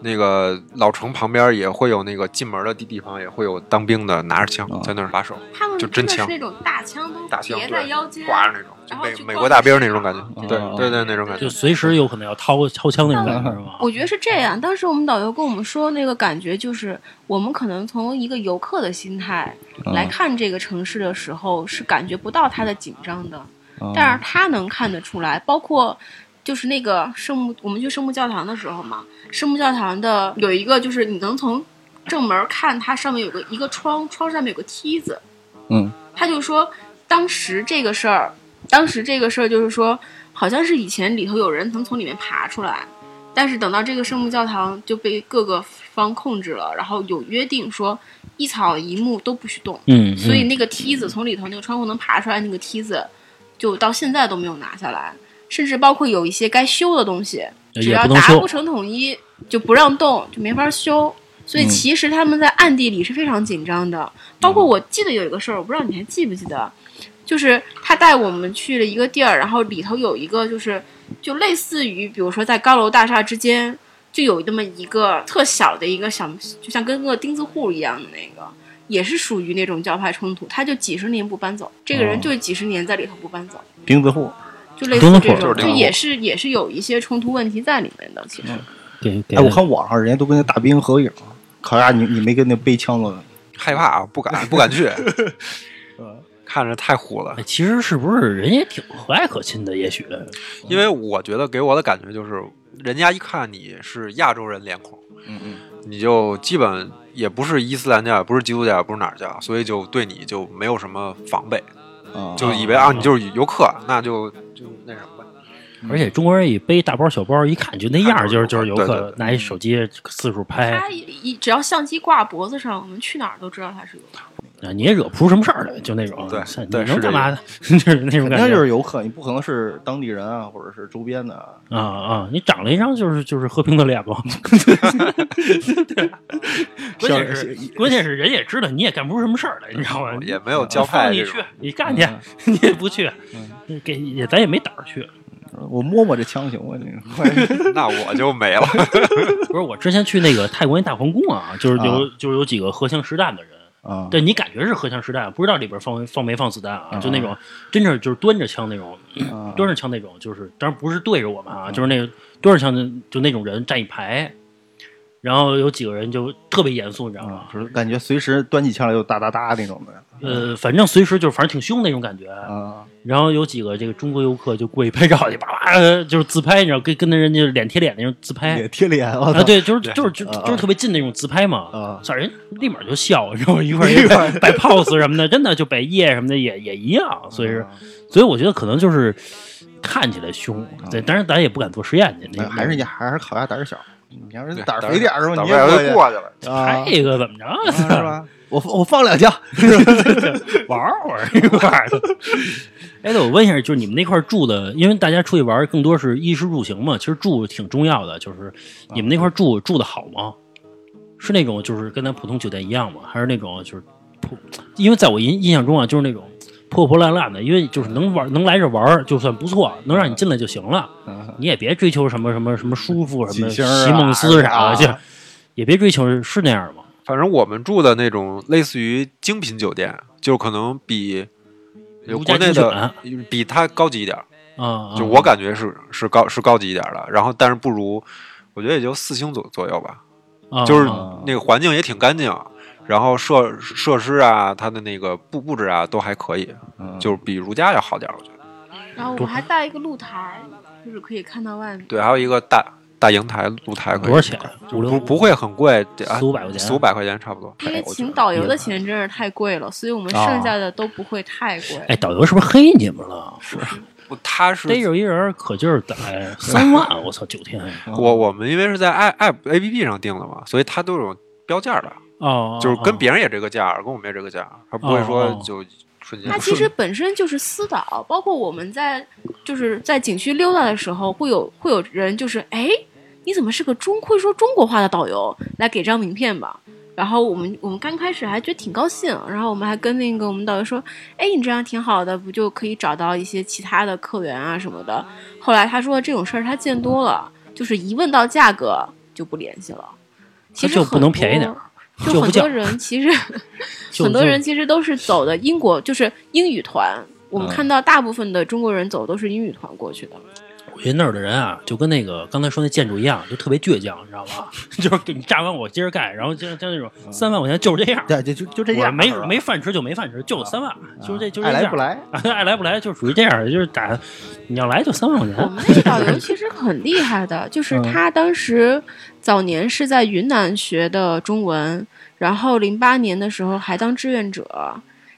Speaker 4: 那个老城旁边也会有那个进门的地地方，也会有当兵的拿着枪
Speaker 2: 哦
Speaker 3: 啊
Speaker 4: 在那儿把守，
Speaker 5: 他们
Speaker 4: 就真
Speaker 5: 的是
Speaker 4: 枪
Speaker 5: 那种大枪都
Speaker 4: 大枪
Speaker 5: 别在
Speaker 4: 对
Speaker 5: 腰间，
Speaker 4: 挂着那种，就
Speaker 5: 然后去
Speaker 4: 美美
Speaker 5: 逛
Speaker 4: 国大兵那
Speaker 5: 市
Speaker 4: 种
Speaker 5: 场
Speaker 4: 感觉，对
Speaker 3: 啊
Speaker 4: 对对那种感
Speaker 2: 哦
Speaker 4: 觉
Speaker 2: 就。随时有可能要掏掏枪那种感觉是吗？
Speaker 5: 我觉得是这样。当时我们导游跟我们说，那个感觉就是，我们可能从一个游客的心态
Speaker 4: 嗯
Speaker 5: 来看这个城市的时候，是感觉不到它的紧张的，
Speaker 3: 哦啊
Speaker 5: 但是他能看得出来，包括。就是那个圣母，我们去圣母教堂的时候嘛，圣母教堂的有一个，就是你能从正门看，它上面有个一个窗，窗上面有个梯子，
Speaker 3: 嗯，
Speaker 5: 他就说当时这个事儿，当时这个事儿就是说，好像是以前里头有人能从里面爬出来，但是等到这个圣母教堂就被各个方控制了，然后有约定说一草一木都不许动，
Speaker 2: 嗯，
Speaker 5: 所以那个梯子从里头那个窗户能爬出来那个梯子，就到现在都没有拿下来，甚至包括有一些该修的东西，
Speaker 2: 嗯
Speaker 5: 只
Speaker 2: 也
Speaker 5: 要
Speaker 2: 不能
Speaker 5: 达
Speaker 2: 修
Speaker 5: 不，成统一就不让动，就没法修。所以
Speaker 3: 嗯
Speaker 5: 其实他们在暗地里是非常紧张的。包括我记得有一个事儿，我不知道你还记不记得，就是他带我们去了一个地儿，然后里头有一个就是就类似于，比如说在高楼大厦之间，就有那么一个特小的一个小，就像跟个钉子户一样的那个。也是属于那种教派冲突，他就几十年不搬走，这个人
Speaker 3: 哦
Speaker 5: 就是几十年在里头不搬走，
Speaker 3: 钉子户，
Speaker 5: 就类似
Speaker 2: 钉子户
Speaker 5: 这
Speaker 4: 就是
Speaker 5: 种，
Speaker 4: 钉
Speaker 5: 就
Speaker 4: 子户
Speaker 5: 也是也是有一些冲突问题在里面的。其实，
Speaker 2: 给给
Speaker 3: 哎，我看网上人家都跟那大兵合影，烤鸭你你没跟那背枪的， 嗯
Speaker 4: 害怕啊，不敢不敢去。看着太虎了
Speaker 2: 哎，。其实是不是人也挺和蔼可亲的？也许
Speaker 4: 因为我觉得给我的感觉就是，人家一看你是亚洲人脸孔，
Speaker 3: 嗯嗯，
Speaker 4: 你就基本也不是伊斯兰教，也不是基督教，也不是哪儿教，所以就对你就没有什么防备，
Speaker 3: 啊，
Speaker 4: 就以为啊你就是游客，那就就那什么吧。
Speaker 2: 而且中国人一背大包小包，一看就那样儿，就是就是游
Speaker 4: 对对
Speaker 2: 客
Speaker 4: 对
Speaker 2: 拿一手机四处拍，
Speaker 5: 他一一只要相机挂脖子上，我们去哪儿都知道他是游客。
Speaker 2: 啊你也惹不出什么事儿来，就那种，
Speaker 4: 对
Speaker 2: 像你
Speaker 4: 对
Speaker 2: 能
Speaker 4: 是这
Speaker 2: 干嘛呢？ 就是那种
Speaker 3: 肯
Speaker 2: 感
Speaker 3: 定
Speaker 2: 觉，
Speaker 3: 就是游客，你不可能是当地人啊，或者是周边的啊。
Speaker 2: 啊啊，你长了一张就是就是和平的脸嘛。啊关键是关键是人也知道你也干不出什么事儿来，你知道
Speaker 3: 嗯
Speaker 2: 吗？
Speaker 4: 也没有教嗯派
Speaker 2: 放你
Speaker 4: 这
Speaker 2: 去
Speaker 4: 种，，
Speaker 2: 你干去，你也不去，给也咱也没胆儿去。
Speaker 3: 我摸摸这枪行吗？这个
Speaker 4: 那我就没了。
Speaker 2: 不是我之前去那个泰国那大皇宫啊，就是有
Speaker 3: 啊
Speaker 2: 就是有几个荷枪实弹的人。
Speaker 3: 啊，
Speaker 2: 对你感觉是荷枪实弹，不知道里边放放没放子弹啊？就那种真正就是端着枪那种，
Speaker 3: 啊
Speaker 2: 端着枪那种，就是当然不是对着我们啊，就是那个端着枪的就那种人站一排，然后有几个人就特别严肃，你知道吗
Speaker 3: 啊，？就是感觉随时端起枪来就哒哒哒那种的
Speaker 2: 呃，反正随时就是反正挺凶那种感觉。
Speaker 3: 啊
Speaker 2: 然后有几个这个中国游客就过去拍照去，叭叭呃就是自拍，你知道，跟跟那人家脸贴脸那种自拍
Speaker 3: 也。贴脸我操
Speaker 2: 啊，对，就是就是就
Speaker 3: 啊啊
Speaker 2: 就是特别近那种自拍嘛，
Speaker 3: 啊
Speaker 2: 操人立马就笑，然后一 块儿一块儿摆 pose 什么的，真的就摆夜什么的也也一
Speaker 3: 啊
Speaker 2: 样，所以是，所以我觉得可能就是看起来凶，对，当然咱也不敢做实验去，那
Speaker 3: 哎啊还是你还是烤鸭胆儿小，你要是
Speaker 4: 对
Speaker 3: 胆儿肥点儿是吧？
Speaker 4: 胆
Speaker 3: 你
Speaker 4: 儿肥点儿
Speaker 3: 也
Speaker 4: 就过去了。
Speaker 3: 去啊，
Speaker 2: 这个怎么着
Speaker 3: 啊是吧？我我放两枪，
Speaker 2: 玩儿会儿一块儿的。哎，对，我问一下，就是你们那块儿住的，因为大家出去玩儿更多是衣食住行嘛，其实住挺重要的。就是你们那块儿住住的好吗？是那种就是跟咱普通酒店一样吗？还是那种就是破？因为在我印印象中啊，就是那种破破烂烂的，因为就是能玩能来这玩儿就算不错，能让你进来就行了，
Speaker 3: 嗯
Speaker 2: 你也别追求什么什么什么舒服什么
Speaker 3: 几星儿啊
Speaker 2: 席梦思啥的，
Speaker 3: 啊
Speaker 2: 就也别追求是那样吗？
Speaker 4: 反正我们住的那种类似于精品酒店，就可能比有
Speaker 2: 如家
Speaker 4: 国内
Speaker 2: 精
Speaker 4: 的比它高级一点儿，
Speaker 2: 啊，
Speaker 4: 就我感觉是是高是高级一点儿的。然后但是不如，我觉得也就四星左左右吧，
Speaker 2: 啊
Speaker 4: 就是
Speaker 2: 啊
Speaker 4: 那个环境也挺干净。然后设设施啊，它的那个布布置啊，都还可以，
Speaker 3: 嗯
Speaker 4: 就是比如家要好点儿，我觉得。
Speaker 5: 然后我还带一个露台，就是可以看到外面。
Speaker 4: 对，还有一个大大阳台露台，可以
Speaker 2: 多少钱？五六
Speaker 4: 不不会很贵，得
Speaker 2: 四五百块钱
Speaker 4: 四五百块钱差不多。
Speaker 5: 因为
Speaker 4: 哎我觉
Speaker 5: 请
Speaker 4: 得
Speaker 5: 导游的钱真是太贵了，所以我们剩下的都不会太贵。
Speaker 2: 哎，导游是不是黑你们了？
Speaker 4: 不他是
Speaker 2: 逮着一人可劲儿逮， 三万！我操，九天
Speaker 4: 我我们因为是在 i app A P P 上订的嘛，所以它都有标价的，
Speaker 2: 哦
Speaker 4: 就是跟别人也这个价，跟我们也这个价，它不会
Speaker 2: 哦
Speaker 4: 说
Speaker 2: 哦
Speaker 4: 就瞬间。
Speaker 5: 它其实本身就是私导，包括我们在就是在景区溜达的时候，会有会有人就是哎，你怎么是个中会说中国话的导游？来给张名片吧。然后我们我们刚开始还觉得挺高兴，然后我们还跟那个我们导游说，哎，你这样挺好的，不就可以找到一些其他的客源啊什么的。后来他说这种事儿他见多了，就是一问到价格就不联系了。其实
Speaker 2: 就不能
Speaker 5: 很多
Speaker 2: 便宜点儿
Speaker 5: 就
Speaker 2: 就
Speaker 5: 很
Speaker 2: 不叫
Speaker 5: 多人其实
Speaker 2: 就
Speaker 5: 很多
Speaker 2: 就
Speaker 5: 人其实都是走的英国，就是英语团。我们
Speaker 3: 嗯
Speaker 5: 看到大部分的中国人走都是英语团过去的，
Speaker 2: 我觉得那儿的人啊，就跟那个刚才说那建筑一样，就特别倔强，你知道吧？ 就是给你炸完我接着盖，然后就就那种三万块钱就是这样，
Speaker 3: 对，就就就这
Speaker 2: 我
Speaker 3: 样，
Speaker 2: 没
Speaker 3: 是吧啊
Speaker 2: 没饭吃就没饭吃，就三万，就是这就是
Speaker 3: 爱
Speaker 2: 这
Speaker 3: 来不
Speaker 2: 样。
Speaker 3: 来，
Speaker 2: 爱来不来就属于这样，就是打你要来就三万块
Speaker 5: 我
Speaker 2: 钱
Speaker 5: 们那个导游其实很厉害的，就是
Speaker 2: 嗯
Speaker 5: 他当时早年是在云南学的中文，然后零八年的时候还当志愿者。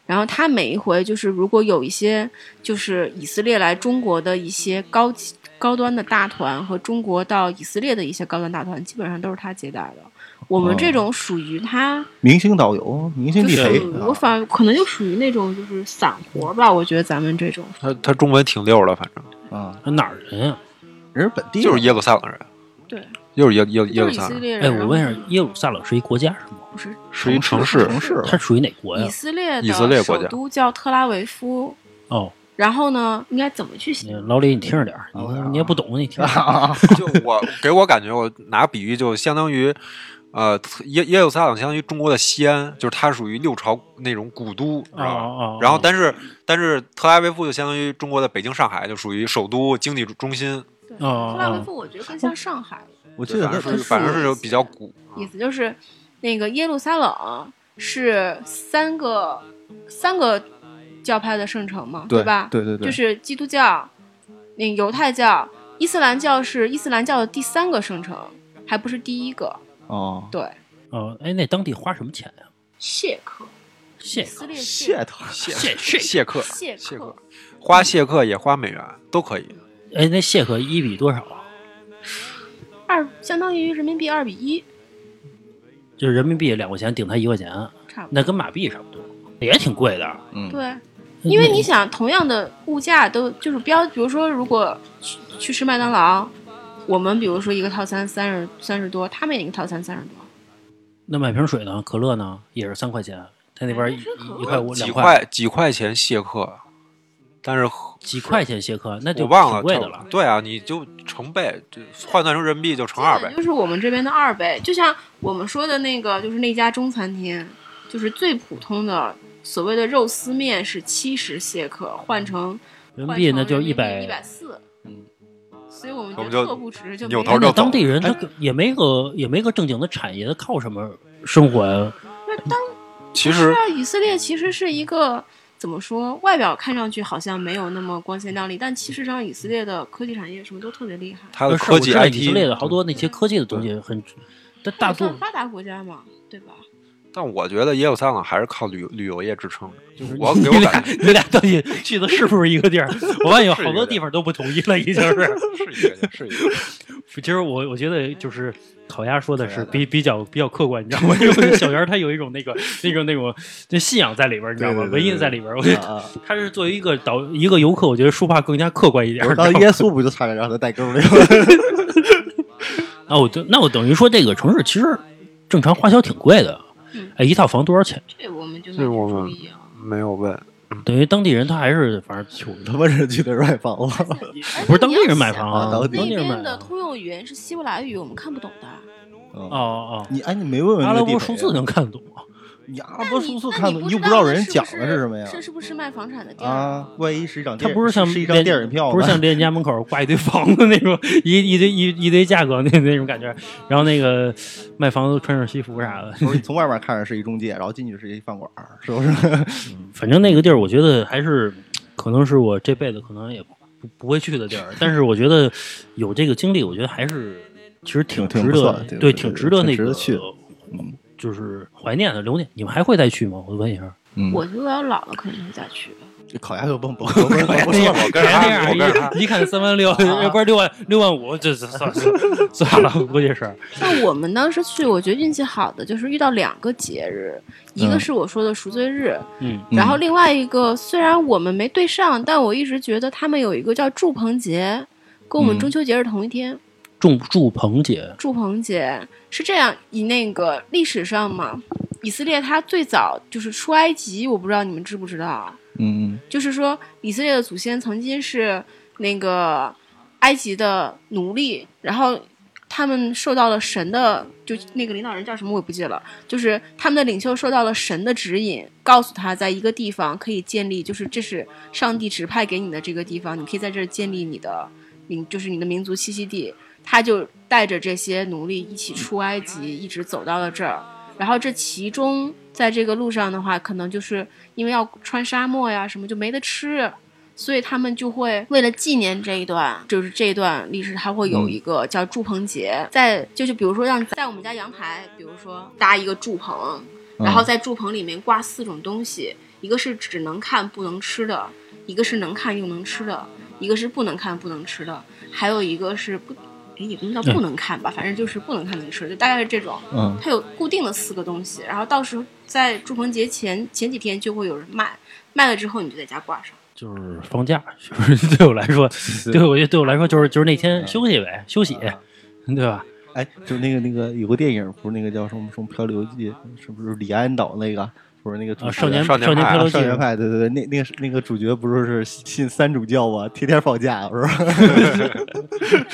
Speaker 5: 然后他每一回就是，如果有一些就是以色列来中国的一些高级高端的大团和中国到以色列的一些高端大团，基本上都是他接待的。我
Speaker 2: 哦
Speaker 5: 们这种属于他，
Speaker 3: 明星导游，明星
Speaker 5: 就
Speaker 3: 地啊陪
Speaker 5: 是，我反而可能就属于那种就是散活吧。我觉得咱们这种
Speaker 4: 他他中文挺溜的，反正
Speaker 3: 啊，
Speaker 2: 哪儿人啊？
Speaker 3: 人是本地人，
Speaker 4: 就是耶路撒冷人，
Speaker 5: 对，
Speaker 4: 又是耶耶耶
Speaker 5: 都是
Speaker 4: 路
Speaker 5: 以
Speaker 4: 撒
Speaker 5: 色
Speaker 4: 冷，
Speaker 5: 列人。
Speaker 2: 哎，我问一
Speaker 5: 然
Speaker 2: 下
Speaker 5: 后，
Speaker 2: 耶路撒冷是一国家是吗？
Speaker 5: 不是
Speaker 4: 是一城市。
Speaker 3: 城市
Speaker 2: 它属于哪国呀
Speaker 5: 以？色列
Speaker 4: 以色列
Speaker 5: 的
Speaker 4: 国
Speaker 5: 首
Speaker 4: 家
Speaker 5: 都叫特拉维夫。
Speaker 2: 哦，
Speaker 5: 然后呢，应该怎么去
Speaker 2: 你
Speaker 5: 写？
Speaker 2: 老李，你听着点儿，你
Speaker 3: 啊
Speaker 2: 你也不懂，你听着点儿。
Speaker 3: 啊，
Speaker 4: 就我给我感觉，我拿比喻就相当于。呃，耶耶路撒冷相当于中国的西安，就是它属于六朝那种古都，知道吧？
Speaker 2: 哦哦
Speaker 4: 然后
Speaker 2: 哦，
Speaker 4: 但是但是特拉维夫就相当于中国的北京、上海，就属于首都经济中心，
Speaker 5: 对
Speaker 2: 哦
Speaker 5: 特拉维夫我觉得更像上海，
Speaker 3: 我记
Speaker 4: 就
Speaker 3: 得
Speaker 4: 反正
Speaker 3: 他
Speaker 4: 是
Speaker 5: 它
Speaker 4: 反正
Speaker 5: 属于
Speaker 4: 是有比较古，
Speaker 5: 意思就是那个耶路撒冷是三个三个三个教派的圣城嘛，
Speaker 3: 对
Speaker 5: 吧？
Speaker 3: 对对对，
Speaker 5: 就是基督教、那犹太教、伊斯兰教是伊斯兰教的第三个圣城，还不是第一个。
Speaker 3: 哦，
Speaker 5: 对，
Speaker 2: 哦，哎，那当地花什么钱呀？
Speaker 5: 谢克，
Speaker 2: 谢
Speaker 5: 以色
Speaker 4: 哎
Speaker 5: 列
Speaker 3: 谢
Speaker 5: 谢
Speaker 3: 特
Speaker 4: 谢
Speaker 2: 谢
Speaker 4: 谢谢客，
Speaker 5: 谢
Speaker 4: 谢
Speaker 5: 克
Speaker 4: 克，花谢客也花美元都可以。
Speaker 2: 哎，那谢克一比多少啊？
Speaker 5: 二相当于人民币二比一，
Speaker 2: 就是人民币两块钱顶他一块钱，
Speaker 5: 差不多。
Speaker 2: 那跟马币差不多，也挺贵的。
Speaker 3: 嗯，
Speaker 5: 对，因为
Speaker 2: 那
Speaker 5: 你想，同样的物价都就是标，比如说，如果去去吃麦当劳，我们比如说一个套餐三十三十多，他们也一个套餐三十多。
Speaker 2: 那买瓶水呢，可乐呢也是三块钱，他那边
Speaker 5: 哎
Speaker 2: 一一一块五两
Speaker 4: 呃几
Speaker 2: 块
Speaker 4: 块几块钱谢客，但是喝
Speaker 2: 几块钱谢克，那就
Speaker 4: 我忘了
Speaker 2: 挺贵
Speaker 4: 差
Speaker 2: 的
Speaker 4: 不多
Speaker 2: 了。
Speaker 4: 对啊，你就成倍，就换算成人民币就乘
Speaker 5: 基
Speaker 4: 二
Speaker 5: 本
Speaker 4: 倍。
Speaker 5: 就是我们这边的二倍。就像我们说的那个，就是那家中餐厅，就是最普通的所谓的肉丝面是七十谢克，换成
Speaker 2: 人民币那就
Speaker 5: 一
Speaker 2: 一百
Speaker 5: 一百四。
Speaker 3: 嗯，
Speaker 5: 所以我们
Speaker 4: 我们
Speaker 5: 就
Speaker 4: 就
Speaker 5: 特不值，就
Speaker 4: 扭
Speaker 5: 没
Speaker 4: 头
Speaker 5: 有
Speaker 4: 就
Speaker 2: 那
Speaker 4: 走
Speaker 2: 当地人他也没个也没个正经的产业，他靠什么生活呀？
Speaker 4: 其
Speaker 5: 是
Speaker 4: 实
Speaker 5: 啊，以色列其实是一个怎么说？外表看上去好像没有那么光鲜亮丽，但其实上以色列的科技产业什么都特别厉害。
Speaker 4: 它的
Speaker 2: 是
Speaker 4: 科技
Speaker 2: 我知道以色
Speaker 4: IT
Speaker 2: 列的好多那些科技的东西很，但大
Speaker 5: 它
Speaker 2: 多
Speaker 5: 算发达国家嘛，对吧？
Speaker 4: 但我觉得耶路撒冷还是靠旅旅游业支撑的。就我
Speaker 2: 你
Speaker 4: 给我
Speaker 2: 俩
Speaker 4: 感觉
Speaker 2: 你俩到底去的是不是一个地儿？我发现有好多地方都不统一了，已经是。
Speaker 4: 是一个是一个，
Speaker 2: 其实我我觉得就是烤鸭说的是比比较比较客观，你知道 吗？因为小圆他有一种那个那个那种那信仰在里边，你知道吗？
Speaker 3: 对对对
Speaker 2: 文艺在里边，我觉得
Speaker 3: 啊啊
Speaker 2: 他是作为一个导一个游客，我觉得说话更加客观一点
Speaker 3: 啊我。说
Speaker 2: 你知道
Speaker 3: 当
Speaker 2: 吗
Speaker 3: 耶稣不就差点让他带沟 里了？
Speaker 2: 那我就那我等于说这个城市其实正常花销挺贵的
Speaker 5: 嗯。
Speaker 2: 哎，一套房多少钱？
Speaker 5: 这我们就没
Speaker 4: 这我们
Speaker 5: 注意啊。
Speaker 4: 没有问。
Speaker 2: 等于当地人他还是反正穷
Speaker 3: 他妈是去那儿买房
Speaker 2: 啊
Speaker 3: 了，
Speaker 2: 不是当地人买房
Speaker 3: 啊
Speaker 2: 啊，
Speaker 3: 当
Speaker 2: 当
Speaker 3: 地
Speaker 2: 地
Speaker 5: 那
Speaker 2: 人买
Speaker 5: 边的
Speaker 2: 啊
Speaker 5: 通用语言是希伯来语，我们看不懂的。
Speaker 2: 哦
Speaker 3: 嗯
Speaker 2: 哦，
Speaker 3: 你哎，你没问问
Speaker 2: 阿
Speaker 3: 那
Speaker 2: 拉
Speaker 3: 地
Speaker 2: 伯
Speaker 3: 陪
Speaker 2: 数
Speaker 3: 啊
Speaker 2: 字能看懂吗？
Speaker 3: 你阿拉伯数字看
Speaker 5: 那
Speaker 3: 的，
Speaker 5: 你
Speaker 3: 又
Speaker 5: 不
Speaker 3: 不知道
Speaker 5: 那
Speaker 3: 人
Speaker 5: 是不
Speaker 3: 讲
Speaker 5: 是
Speaker 3: 的是什么呀？
Speaker 5: 这是不是卖房产的地儿？
Speaker 3: 啊，万一是一张
Speaker 2: 它
Speaker 3: 电，
Speaker 2: 不是像
Speaker 3: 是一张
Speaker 2: 链
Speaker 3: 电影票吗，
Speaker 2: 不是像别人家门口挂一堆房子那种一一堆一一堆价格那那种感觉。然后那个卖房子穿上西服啥的，
Speaker 3: 不是你 从外面看着是一中介，然后进去是一饭馆儿，是不是？
Speaker 2: 反正那个地儿我觉得还是可能是我这辈子可能也不不会去的地儿。但是我觉得有这个经历，我觉得还是其实挺
Speaker 3: 挺
Speaker 2: 值
Speaker 3: 不
Speaker 2: 得
Speaker 3: 错的，对
Speaker 2: 对，
Speaker 3: 对
Speaker 2: 挺
Speaker 3: 对
Speaker 2: 值得
Speaker 3: 挺
Speaker 2: 那
Speaker 3: 值
Speaker 2: 个
Speaker 3: 得去的嗯
Speaker 2: 就是怀念的留念。你们还会再去吗？我问一 下。
Speaker 3: 嗯
Speaker 5: 我觉得要老了肯定会再去。
Speaker 3: 这烤鸭就蹦蹦蹦蹦蹦蹦，
Speaker 4: 我跟着啊
Speaker 2: 别那
Speaker 4: 他，我跟着
Speaker 2: 样
Speaker 4: 他，
Speaker 2: 一一看三万六，
Speaker 3: 啊
Speaker 2: 不是六万六万五，这这算了算了，估计是。
Speaker 5: 像我们当时去，我觉得运气好的就是遇到两个节日，一个
Speaker 3: 嗯
Speaker 5: 是我说的赎罪日，
Speaker 2: 嗯，
Speaker 5: 然后另外一个虽然我们没对上，但我一直觉得他们有一个叫祝棚节，跟我们
Speaker 3: 嗯
Speaker 5: 中秋节是同一天。
Speaker 2: 祝祝鹏姐，
Speaker 5: 祝棚节是这样，以那个历史上嘛，以色列它最早就是出埃及，我不知道你们知不知道，啊
Speaker 3: 嗯
Speaker 5: 就是说以色列的祖先曾经是那个埃及的奴隶，然后他们受到了神的，就那个领导人叫什么我也不记了，就是他们的领袖受到了神的指引，告诉他在一个地方可以建立，就是这是上帝指派给你的这个地方，你可以在这儿建立你的，你就是你的民族栖息地。他就带着这些奴隶一起出埃及，一直走到了这儿。然后这其中在这个路上的话，可能就是因为要穿沙漠呀什么，就没得吃，所以他们就会为了纪念这一段，就是这一段历史，它会有一个叫祝棚节，在就是比如说让在我们家阳台，比如说搭一个祝棚，
Speaker 3: 嗯
Speaker 5: 然后在祝棚里面挂四种东西，一个是只能看不能吃的，一个是能看又能吃的，一个是不能看不能吃的，还有一个是不，哎，也不能叫不能看吧，反正就是不能看能吃的，就大概是这种。
Speaker 3: 嗯
Speaker 5: 它有固定的四个东西，然后到时候在祝棚节前前几天就会有人卖，卖了之后你就在家挂上。
Speaker 2: 就是放假， 就是对我来说，对我觉得对我来说就是就是那天休息呗，休息，对吧？
Speaker 3: 哎，就是那个那个有个电影，不是那个叫什么什么《漂流记》，是不是李安导那个？不是那个主
Speaker 2: 啊，
Speaker 3: 角
Speaker 2: 少年
Speaker 4: 少年
Speaker 2: 年
Speaker 4: 派啊
Speaker 2: 漂流记
Speaker 3: 少，年派，对对对，那那个是那个主角不是是信三主教啊吗？天天放假，不是？
Speaker 5: 他们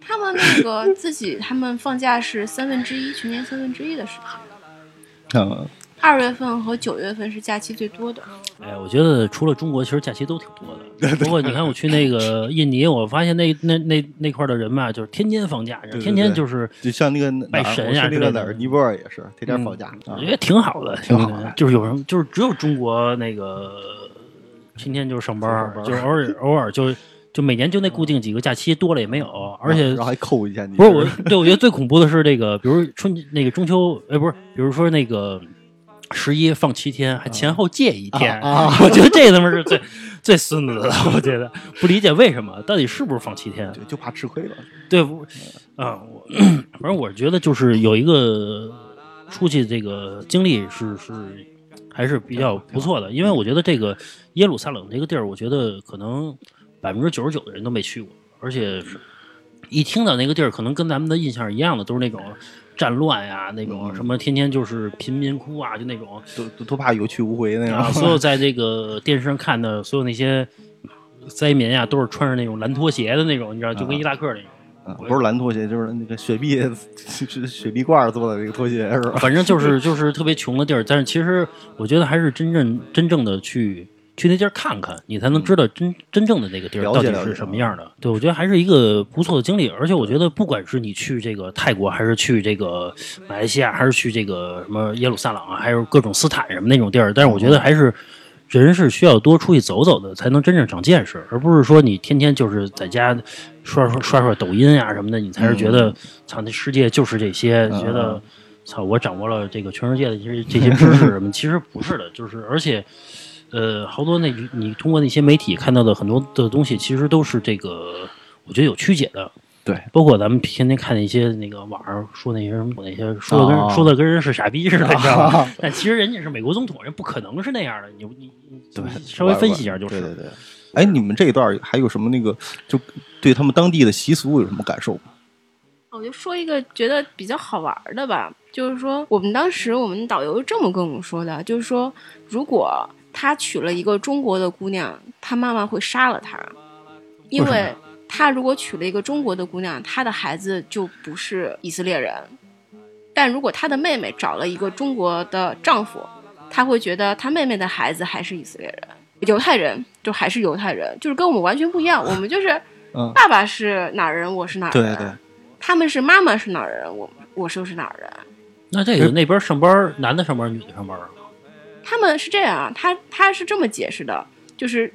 Speaker 5: 他们那个自己他们放假是三分之一，全年三分之一的时间。
Speaker 3: 嗯，
Speaker 5: 二月份和九月份是假期最多的，
Speaker 2: 哎，我觉得除了中国，其实假期都挺多的。不过你看，我去那个印尼，我发现那那那那块的人嘛，就是天天放假，
Speaker 3: 对
Speaker 2: 天天就是
Speaker 3: 就像那个哪儿
Speaker 2: 拜神呀
Speaker 3: 我去
Speaker 2: 之
Speaker 3: 那
Speaker 2: 类
Speaker 3: 个
Speaker 2: 的嗯
Speaker 3: 哪儿尼泊尔也是天天放假啊
Speaker 2: 我觉得挺好的，挺
Speaker 3: 好的
Speaker 2: 就是有什么，就是只有中国那个天天就是上班
Speaker 3: 上
Speaker 2: 儿，
Speaker 3: 班
Speaker 2: 就偶尔偶尔就就每年就那固定几个假期，多了也没有，而且
Speaker 3: 然后还扣一下你，
Speaker 2: 不是我，对我觉得最恐怖的是这个，比如春那个中秋，哎，不是，比如说那个十一放七天，还前后借一天，
Speaker 3: 啊 啊
Speaker 2: 我觉得这他妈是最最孙子的，我觉得不理解为什么，到底是不是放七天？
Speaker 3: 对就怕吃亏了。
Speaker 2: 对，不，啊，我反正我觉得就是有一个出去这个经历是是还是比较不错的，因为我觉得这个耶路撒冷这个地儿，我觉得可能百分之九十九的人都没去过，而且一听到那个地儿，可能跟咱们的印象一样的，都是那种战乱呀、那种什么天天就是贫民窟啊，就那种
Speaker 3: 都都都怕有去无回那
Speaker 2: 啊，
Speaker 3: 种。
Speaker 2: 所有在这个电视上看的所有那些灾民啊，都是穿着那种蓝拖鞋的那种，你知道，就跟伊拉克那种。
Speaker 3: 嗯不是蓝拖鞋，就是那个雪碧， 雪雪碧罐儿做的那个拖鞋是吧？
Speaker 2: 反正就是就是特别穷的地儿，但是其实我觉得还是真正真正的去去那地儿看看，你才能知道真真正的那个地儿
Speaker 3: 了
Speaker 2: 到
Speaker 3: 解
Speaker 2: 底
Speaker 3: 了
Speaker 2: 是
Speaker 3: 解啊
Speaker 2: 什么样的。对，我觉得还是一个不错的经历，而且我觉得不管是你去这个泰国，还是去这个马来西亚，还是去这个什么耶路撒冷啊，还有各种斯坦什么那种地儿，但是我觉得还是。人是需要多出去走走的，才能真正长见识，而不是说你天天就是在家刷刷刷刷抖音啊什么的，你才是觉得，操、那世界就是这些，觉得操，我掌握了这个全世界的这些这些知识什么，其实不是的，就是而且，呃，好多那你通过那些媒体看到的很多的东西，其实都是这个，我觉得有曲解的。
Speaker 3: 对，
Speaker 2: 包括咱们天天看那些那个网上说那些什么那些说的跟、
Speaker 3: 哦
Speaker 2: 说的跟人是傻逼似的，你知道吗？但其实人家是美国总统，人不可能是那样的。你你你
Speaker 3: 对
Speaker 2: 你稍微分析一下就是。
Speaker 3: 对对对。哎，你们这一段儿还有什么那个，就对他们当地的习俗有什么感受吗？
Speaker 5: 我就说一个觉得比较好玩儿的吧，就是说我们当时我们导游是这么跟我们说的，就是说如果他娶了一个中国的姑娘，他妈妈会杀了他，因
Speaker 2: 为什
Speaker 5: 为他如果娶了一个中国的姑娘，他的孩子就不是以色列人，但如果他的妹妹找了一个中国的丈夫，他会觉得他妹妹的孩子还是以色列人。犹太人就还是犹太人，就是跟我们完全不一样。我们就是
Speaker 3: 嗯
Speaker 5: 爸爸是哪儿人，我是哪儿
Speaker 3: 对
Speaker 5: 人。
Speaker 3: 对对，
Speaker 5: 他们是妈妈是哪儿人，我我是又是哪儿人。
Speaker 2: 那这个那边上班，男的上班，女的上班啊，
Speaker 5: 他们是这样啊，他他是这么解释的，就是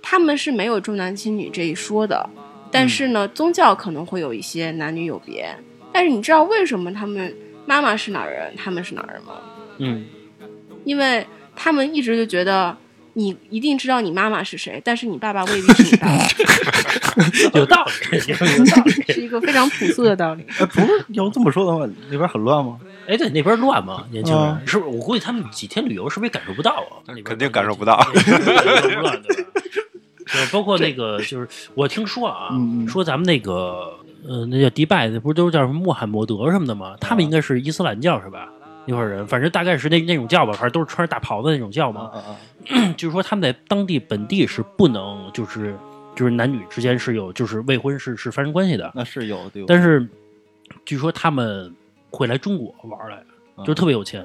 Speaker 5: 他们是没有重男轻女这一说的，但是呢，宗教可能会有一些男女有别。但是你知道为什么他们妈妈是哪儿人，他们是哪儿人吗？
Speaker 2: 嗯，
Speaker 5: 因为他们一直就觉得你一定知道你妈妈是谁，但是你爸爸未必是你爸爸，
Speaker 2: 有道理，有道理。
Speaker 5: 是一个非常朴素的道理。
Speaker 3: 哎，不是要这么说的话，那边很乱吗？
Speaker 2: 哎，对，那边乱吗？年轻人、
Speaker 3: 啊
Speaker 2: 是不是？我估计他们几天旅游是不是也感受不到啊？那里边
Speaker 4: 肯定感受不到
Speaker 2: 感受不到对吧？呃包括那个，就是我听说啊，
Speaker 3: 嗯嗯
Speaker 2: 说咱们那个，呃，那叫迪拜，那不是都叫什么穆罕默德什么的吗？他
Speaker 3: 嗯
Speaker 2: 们应该是伊斯兰教是吧？那块人，反正大概是那那种教吧，反正都是穿着大袍子那种教嘛。
Speaker 3: 啊啊！
Speaker 2: 就是说他们在当地本地是不能，就是就是男女之间是有，就是未婚是是发生关系的。
Speaker 3: 那是有对吧，
Speaker 2: 但是据说他们会来中国玩儿来，
Speaker 3: 嗯
Speaker 2: 就是特别有钱。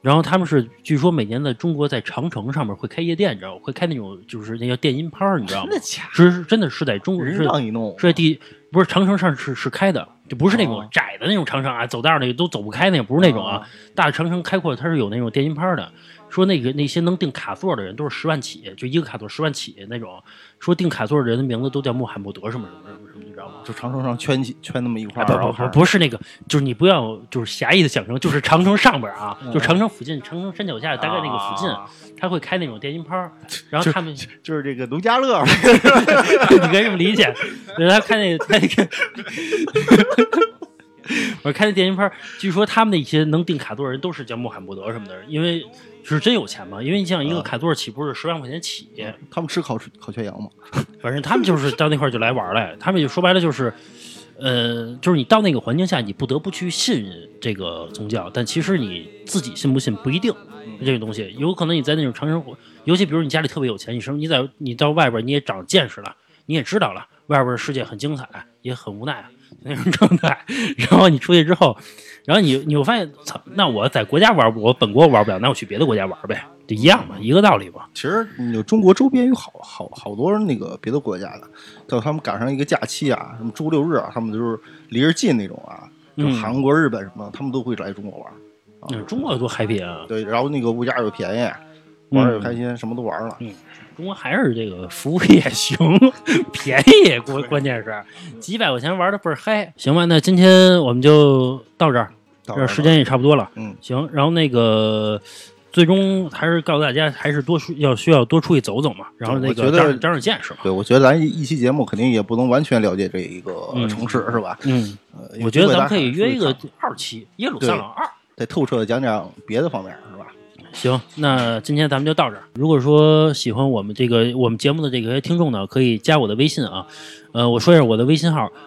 Speaker 2: 然后他们是据说每年在中国在长城上面会开夜店，你知道吗？会开那种就是那叫电音趴儿，你知道吗？
Speaker 3: 假
Speaker 2: 是是真的是在中国
Speaker 3: 人
Speaker 2: 是
Speaker 3: 让你弄，
Speaker 2: 是在地不是长城上是是开的，就不是那种
Speaker 3: 哦
Speaker 2: 窄的那种长城啊，走道儿那都走不开那种，不是那种啊
Speaker 3: 哦。
Speaker 2: 大长城开阔，它是有那种电音拍的。说那个那些能订卡座的人都是十万起，就一个卡座十万起那种。说订卡座的人的名字都叫穆罕默德什么什么什么什么，你知道吗？
Speaker 3: 就长城上圈起圈那么一块
Speaker 2: 啊
Speaker 3: 儿，
Speaker 2: 不
Speaker 3: 然后
Speaker 2: 不不，不是那个，就是你不要就是狭义的想成，就是长城上边儿啊，
Speaker 3: 嗯
Speaker 2: 就长城附近，长城山脚下大概那个附
Speaker 3: 啊
Speaker 2: 近，他会开那种电音拍 儿，然后他们
Speaker 3: 就是这个农家乐，
Speaker 2: 你可以这么理解，然后他看那他那个， 我看那电音片，据说他们那些能订卡座的人都是叫穆罕默德什么的人，因为是真有钱嘛。因为你像一个
Speaker 3: 嗯
Speaker 2: 卡座起步是十万块钱起，
Speaker 3: 他们吃烤烤全羊吗？
Speaker 2: 反正他们就是到那块儿就来玩儿来，他们就说白了就是，呃，就是你到那个环境下，你不得不去信这个宗教，但其实你自己信不信不一定。这个东西有可能你在那种长生活，尤其比如你家里特别有钱，你生你在你到外边儿你也长见识了，你也知道了外边儿世界很精彩，也很无奈啊那种状态。 然后你出去之后，然后你你会发现，操，那我在国家玩儿，我本国玩不了，那我去别的国家玩儿呗，就一样嘛，一个道理嘛。
Speaker 3: 其实有中国周边有好好好多那个别的国家的，到他们赶上一个假期啊，什么周六日啊，他们就是离着近那种啊，就
Speaker 2: 嗯
Speaker 3: 韩国、日本什么的，他们都会来中国玩。
Speaker 2: 嗯，中国有多 happy 啊！
Speaker 3: 对，然后那个物价又便宜，啊玩的开心，什么都玩
Speaker 2: 嗯
Speaker 3: 了。
Speaker 2: 中国还是这个服务业 行，便宜，关关键是几百块钱玩的倍儿嗨。行吧，那今天我们就到这儿，
Speaker 3: 到
Speaker 2: 这时间也差不多了。
Speaker 3: 嗯，
Speaker 2: 行，然后那个。最终还是告诉大家，还是多出要需要多出去走走嘛，然后那
Speaker 3: 我
Speaker 2: 个
Speaker 3: 觉得
Speaker 2: 长长长见识嘛。
Speaker 3: 对，我觉得咱一一期节目肯定也不能完全了解这一个
Speaker 2: 嗯
Speaker 3: 城市，是吧？
Speaker 2: 嗯，
Speaker 3: 呃
Speaker 2: 我觉得咱们可以
Speaker 3: 有机会
Speaker 2: 约一个
Speaker 3: 咱
Speaker 2: 二期《耶鲁三老二》。
Speaker 3: 得透彻地讲讲别的方面，是吧？
Speaker 2: 行，那今天咱们就到这儿。如果说喜欢我们这个我们节目的这个听众呢，可以加我的微信啊。呃，我说一下我的微信号 h e y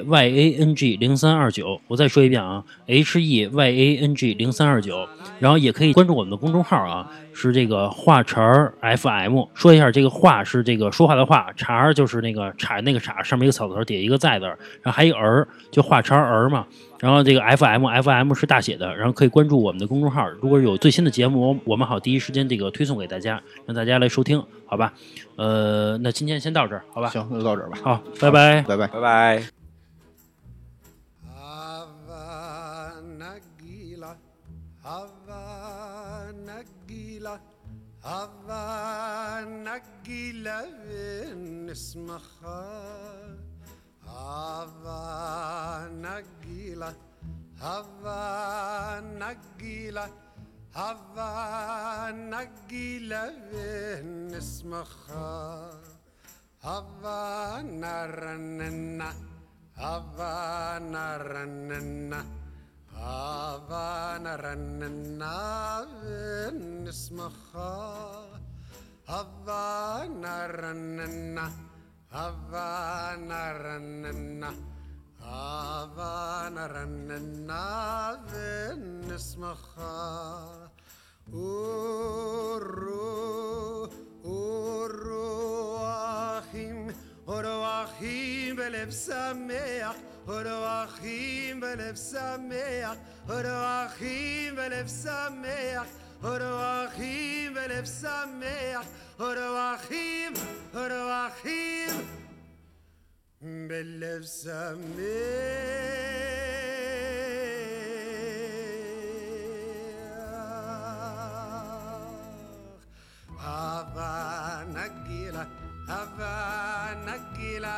Speaker 2: a n g 零三二九，我再说一遍啊，h e y a n g 零三二九。然后也可以关注我们的公众号啊，是这个话茬儿 FM。说一下，这个话是这个说话的话，茬儿就是那个茬那个茬，上面一个草字头，底下一个在字儿，然后还有一个儿，就话茬儿儿嘛。然后这个 FM FM 是大写的，然后可以关注我们的公众号，如果有最新的节目，我们好第一时间这个推送给大家，让大家来收听，好吧？呃，那今天先到这儿，好吧？
Speaker 3: 行，那就到这儿吧，
Speaker 2: 好，拜拜。
Speaker 3: 拜拜。
Speaker 4: 拜拜。
Speaker 6: Havana Gila, Havana Gila, Havana Gila ונשמחה. Havana Gila, Havana Gila, Havana Gila ונשמחה. Havana ranana, Havana ranana, Havana ranana, Nismacha. Havana ranana, Havana ranana, Havana ranana, Nismacha. Uru, Uruachim, Uruachim belev sameach, Uruachim belev sameach, Uruachim belev sameach, Uruachim belev sameach, Uruachim, Uruachim belev e. sameach. Havana Gila, Havana Gila,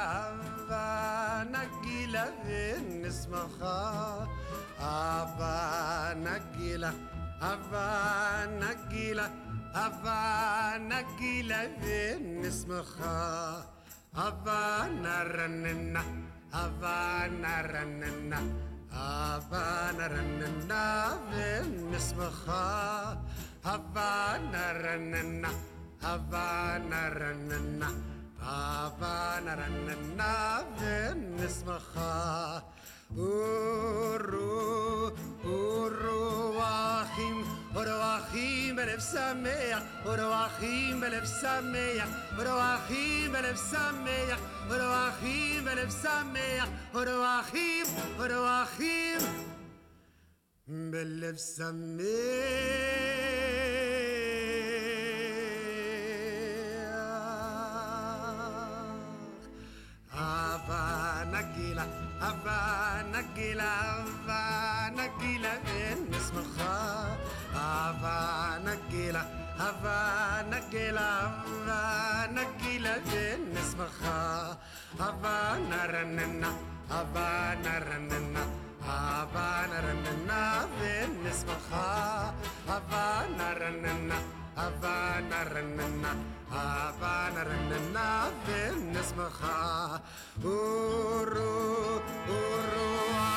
Speaker 6: Havana Gila, ונשמחה. Havana Gila, Havana Gila, Havana Gila, ונשמחה. Havana Ranana, Havana Ranana, Havana Ranana, ונשמחה. Havana Ranana, Havana Ranana, Havana Ranana, ונשמחה. Uru, Uruachim, Uruachim belev sameach, Uruachim belev sameach, Uruachim belev sameach, Uruachim belev sameach, Uruachim, Uruachim. בלב שמח. Ah, Havana Gila, Havana Gila, Havana Gila, ונשמחה. Havana Gila, Havana Gila, Havana Gila, ונשמחה. Havana רננה, Havana רננה, Havana רננה, ונשמחה. Havana רננה. Havana ranana, Havana ranana, ונשמחה. אורו, אורו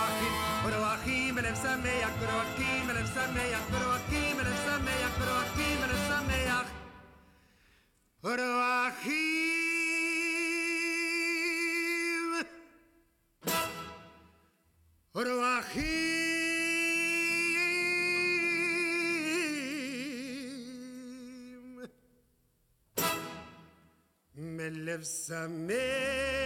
Speaker 6: אחים, אורו אחים בלב שמח, אורו אחים בלב שמח, אורו אחים בלב שמח, אורו אחים בלב שמח. אורו אחים, אורו אחים. מלב שמח. Oh.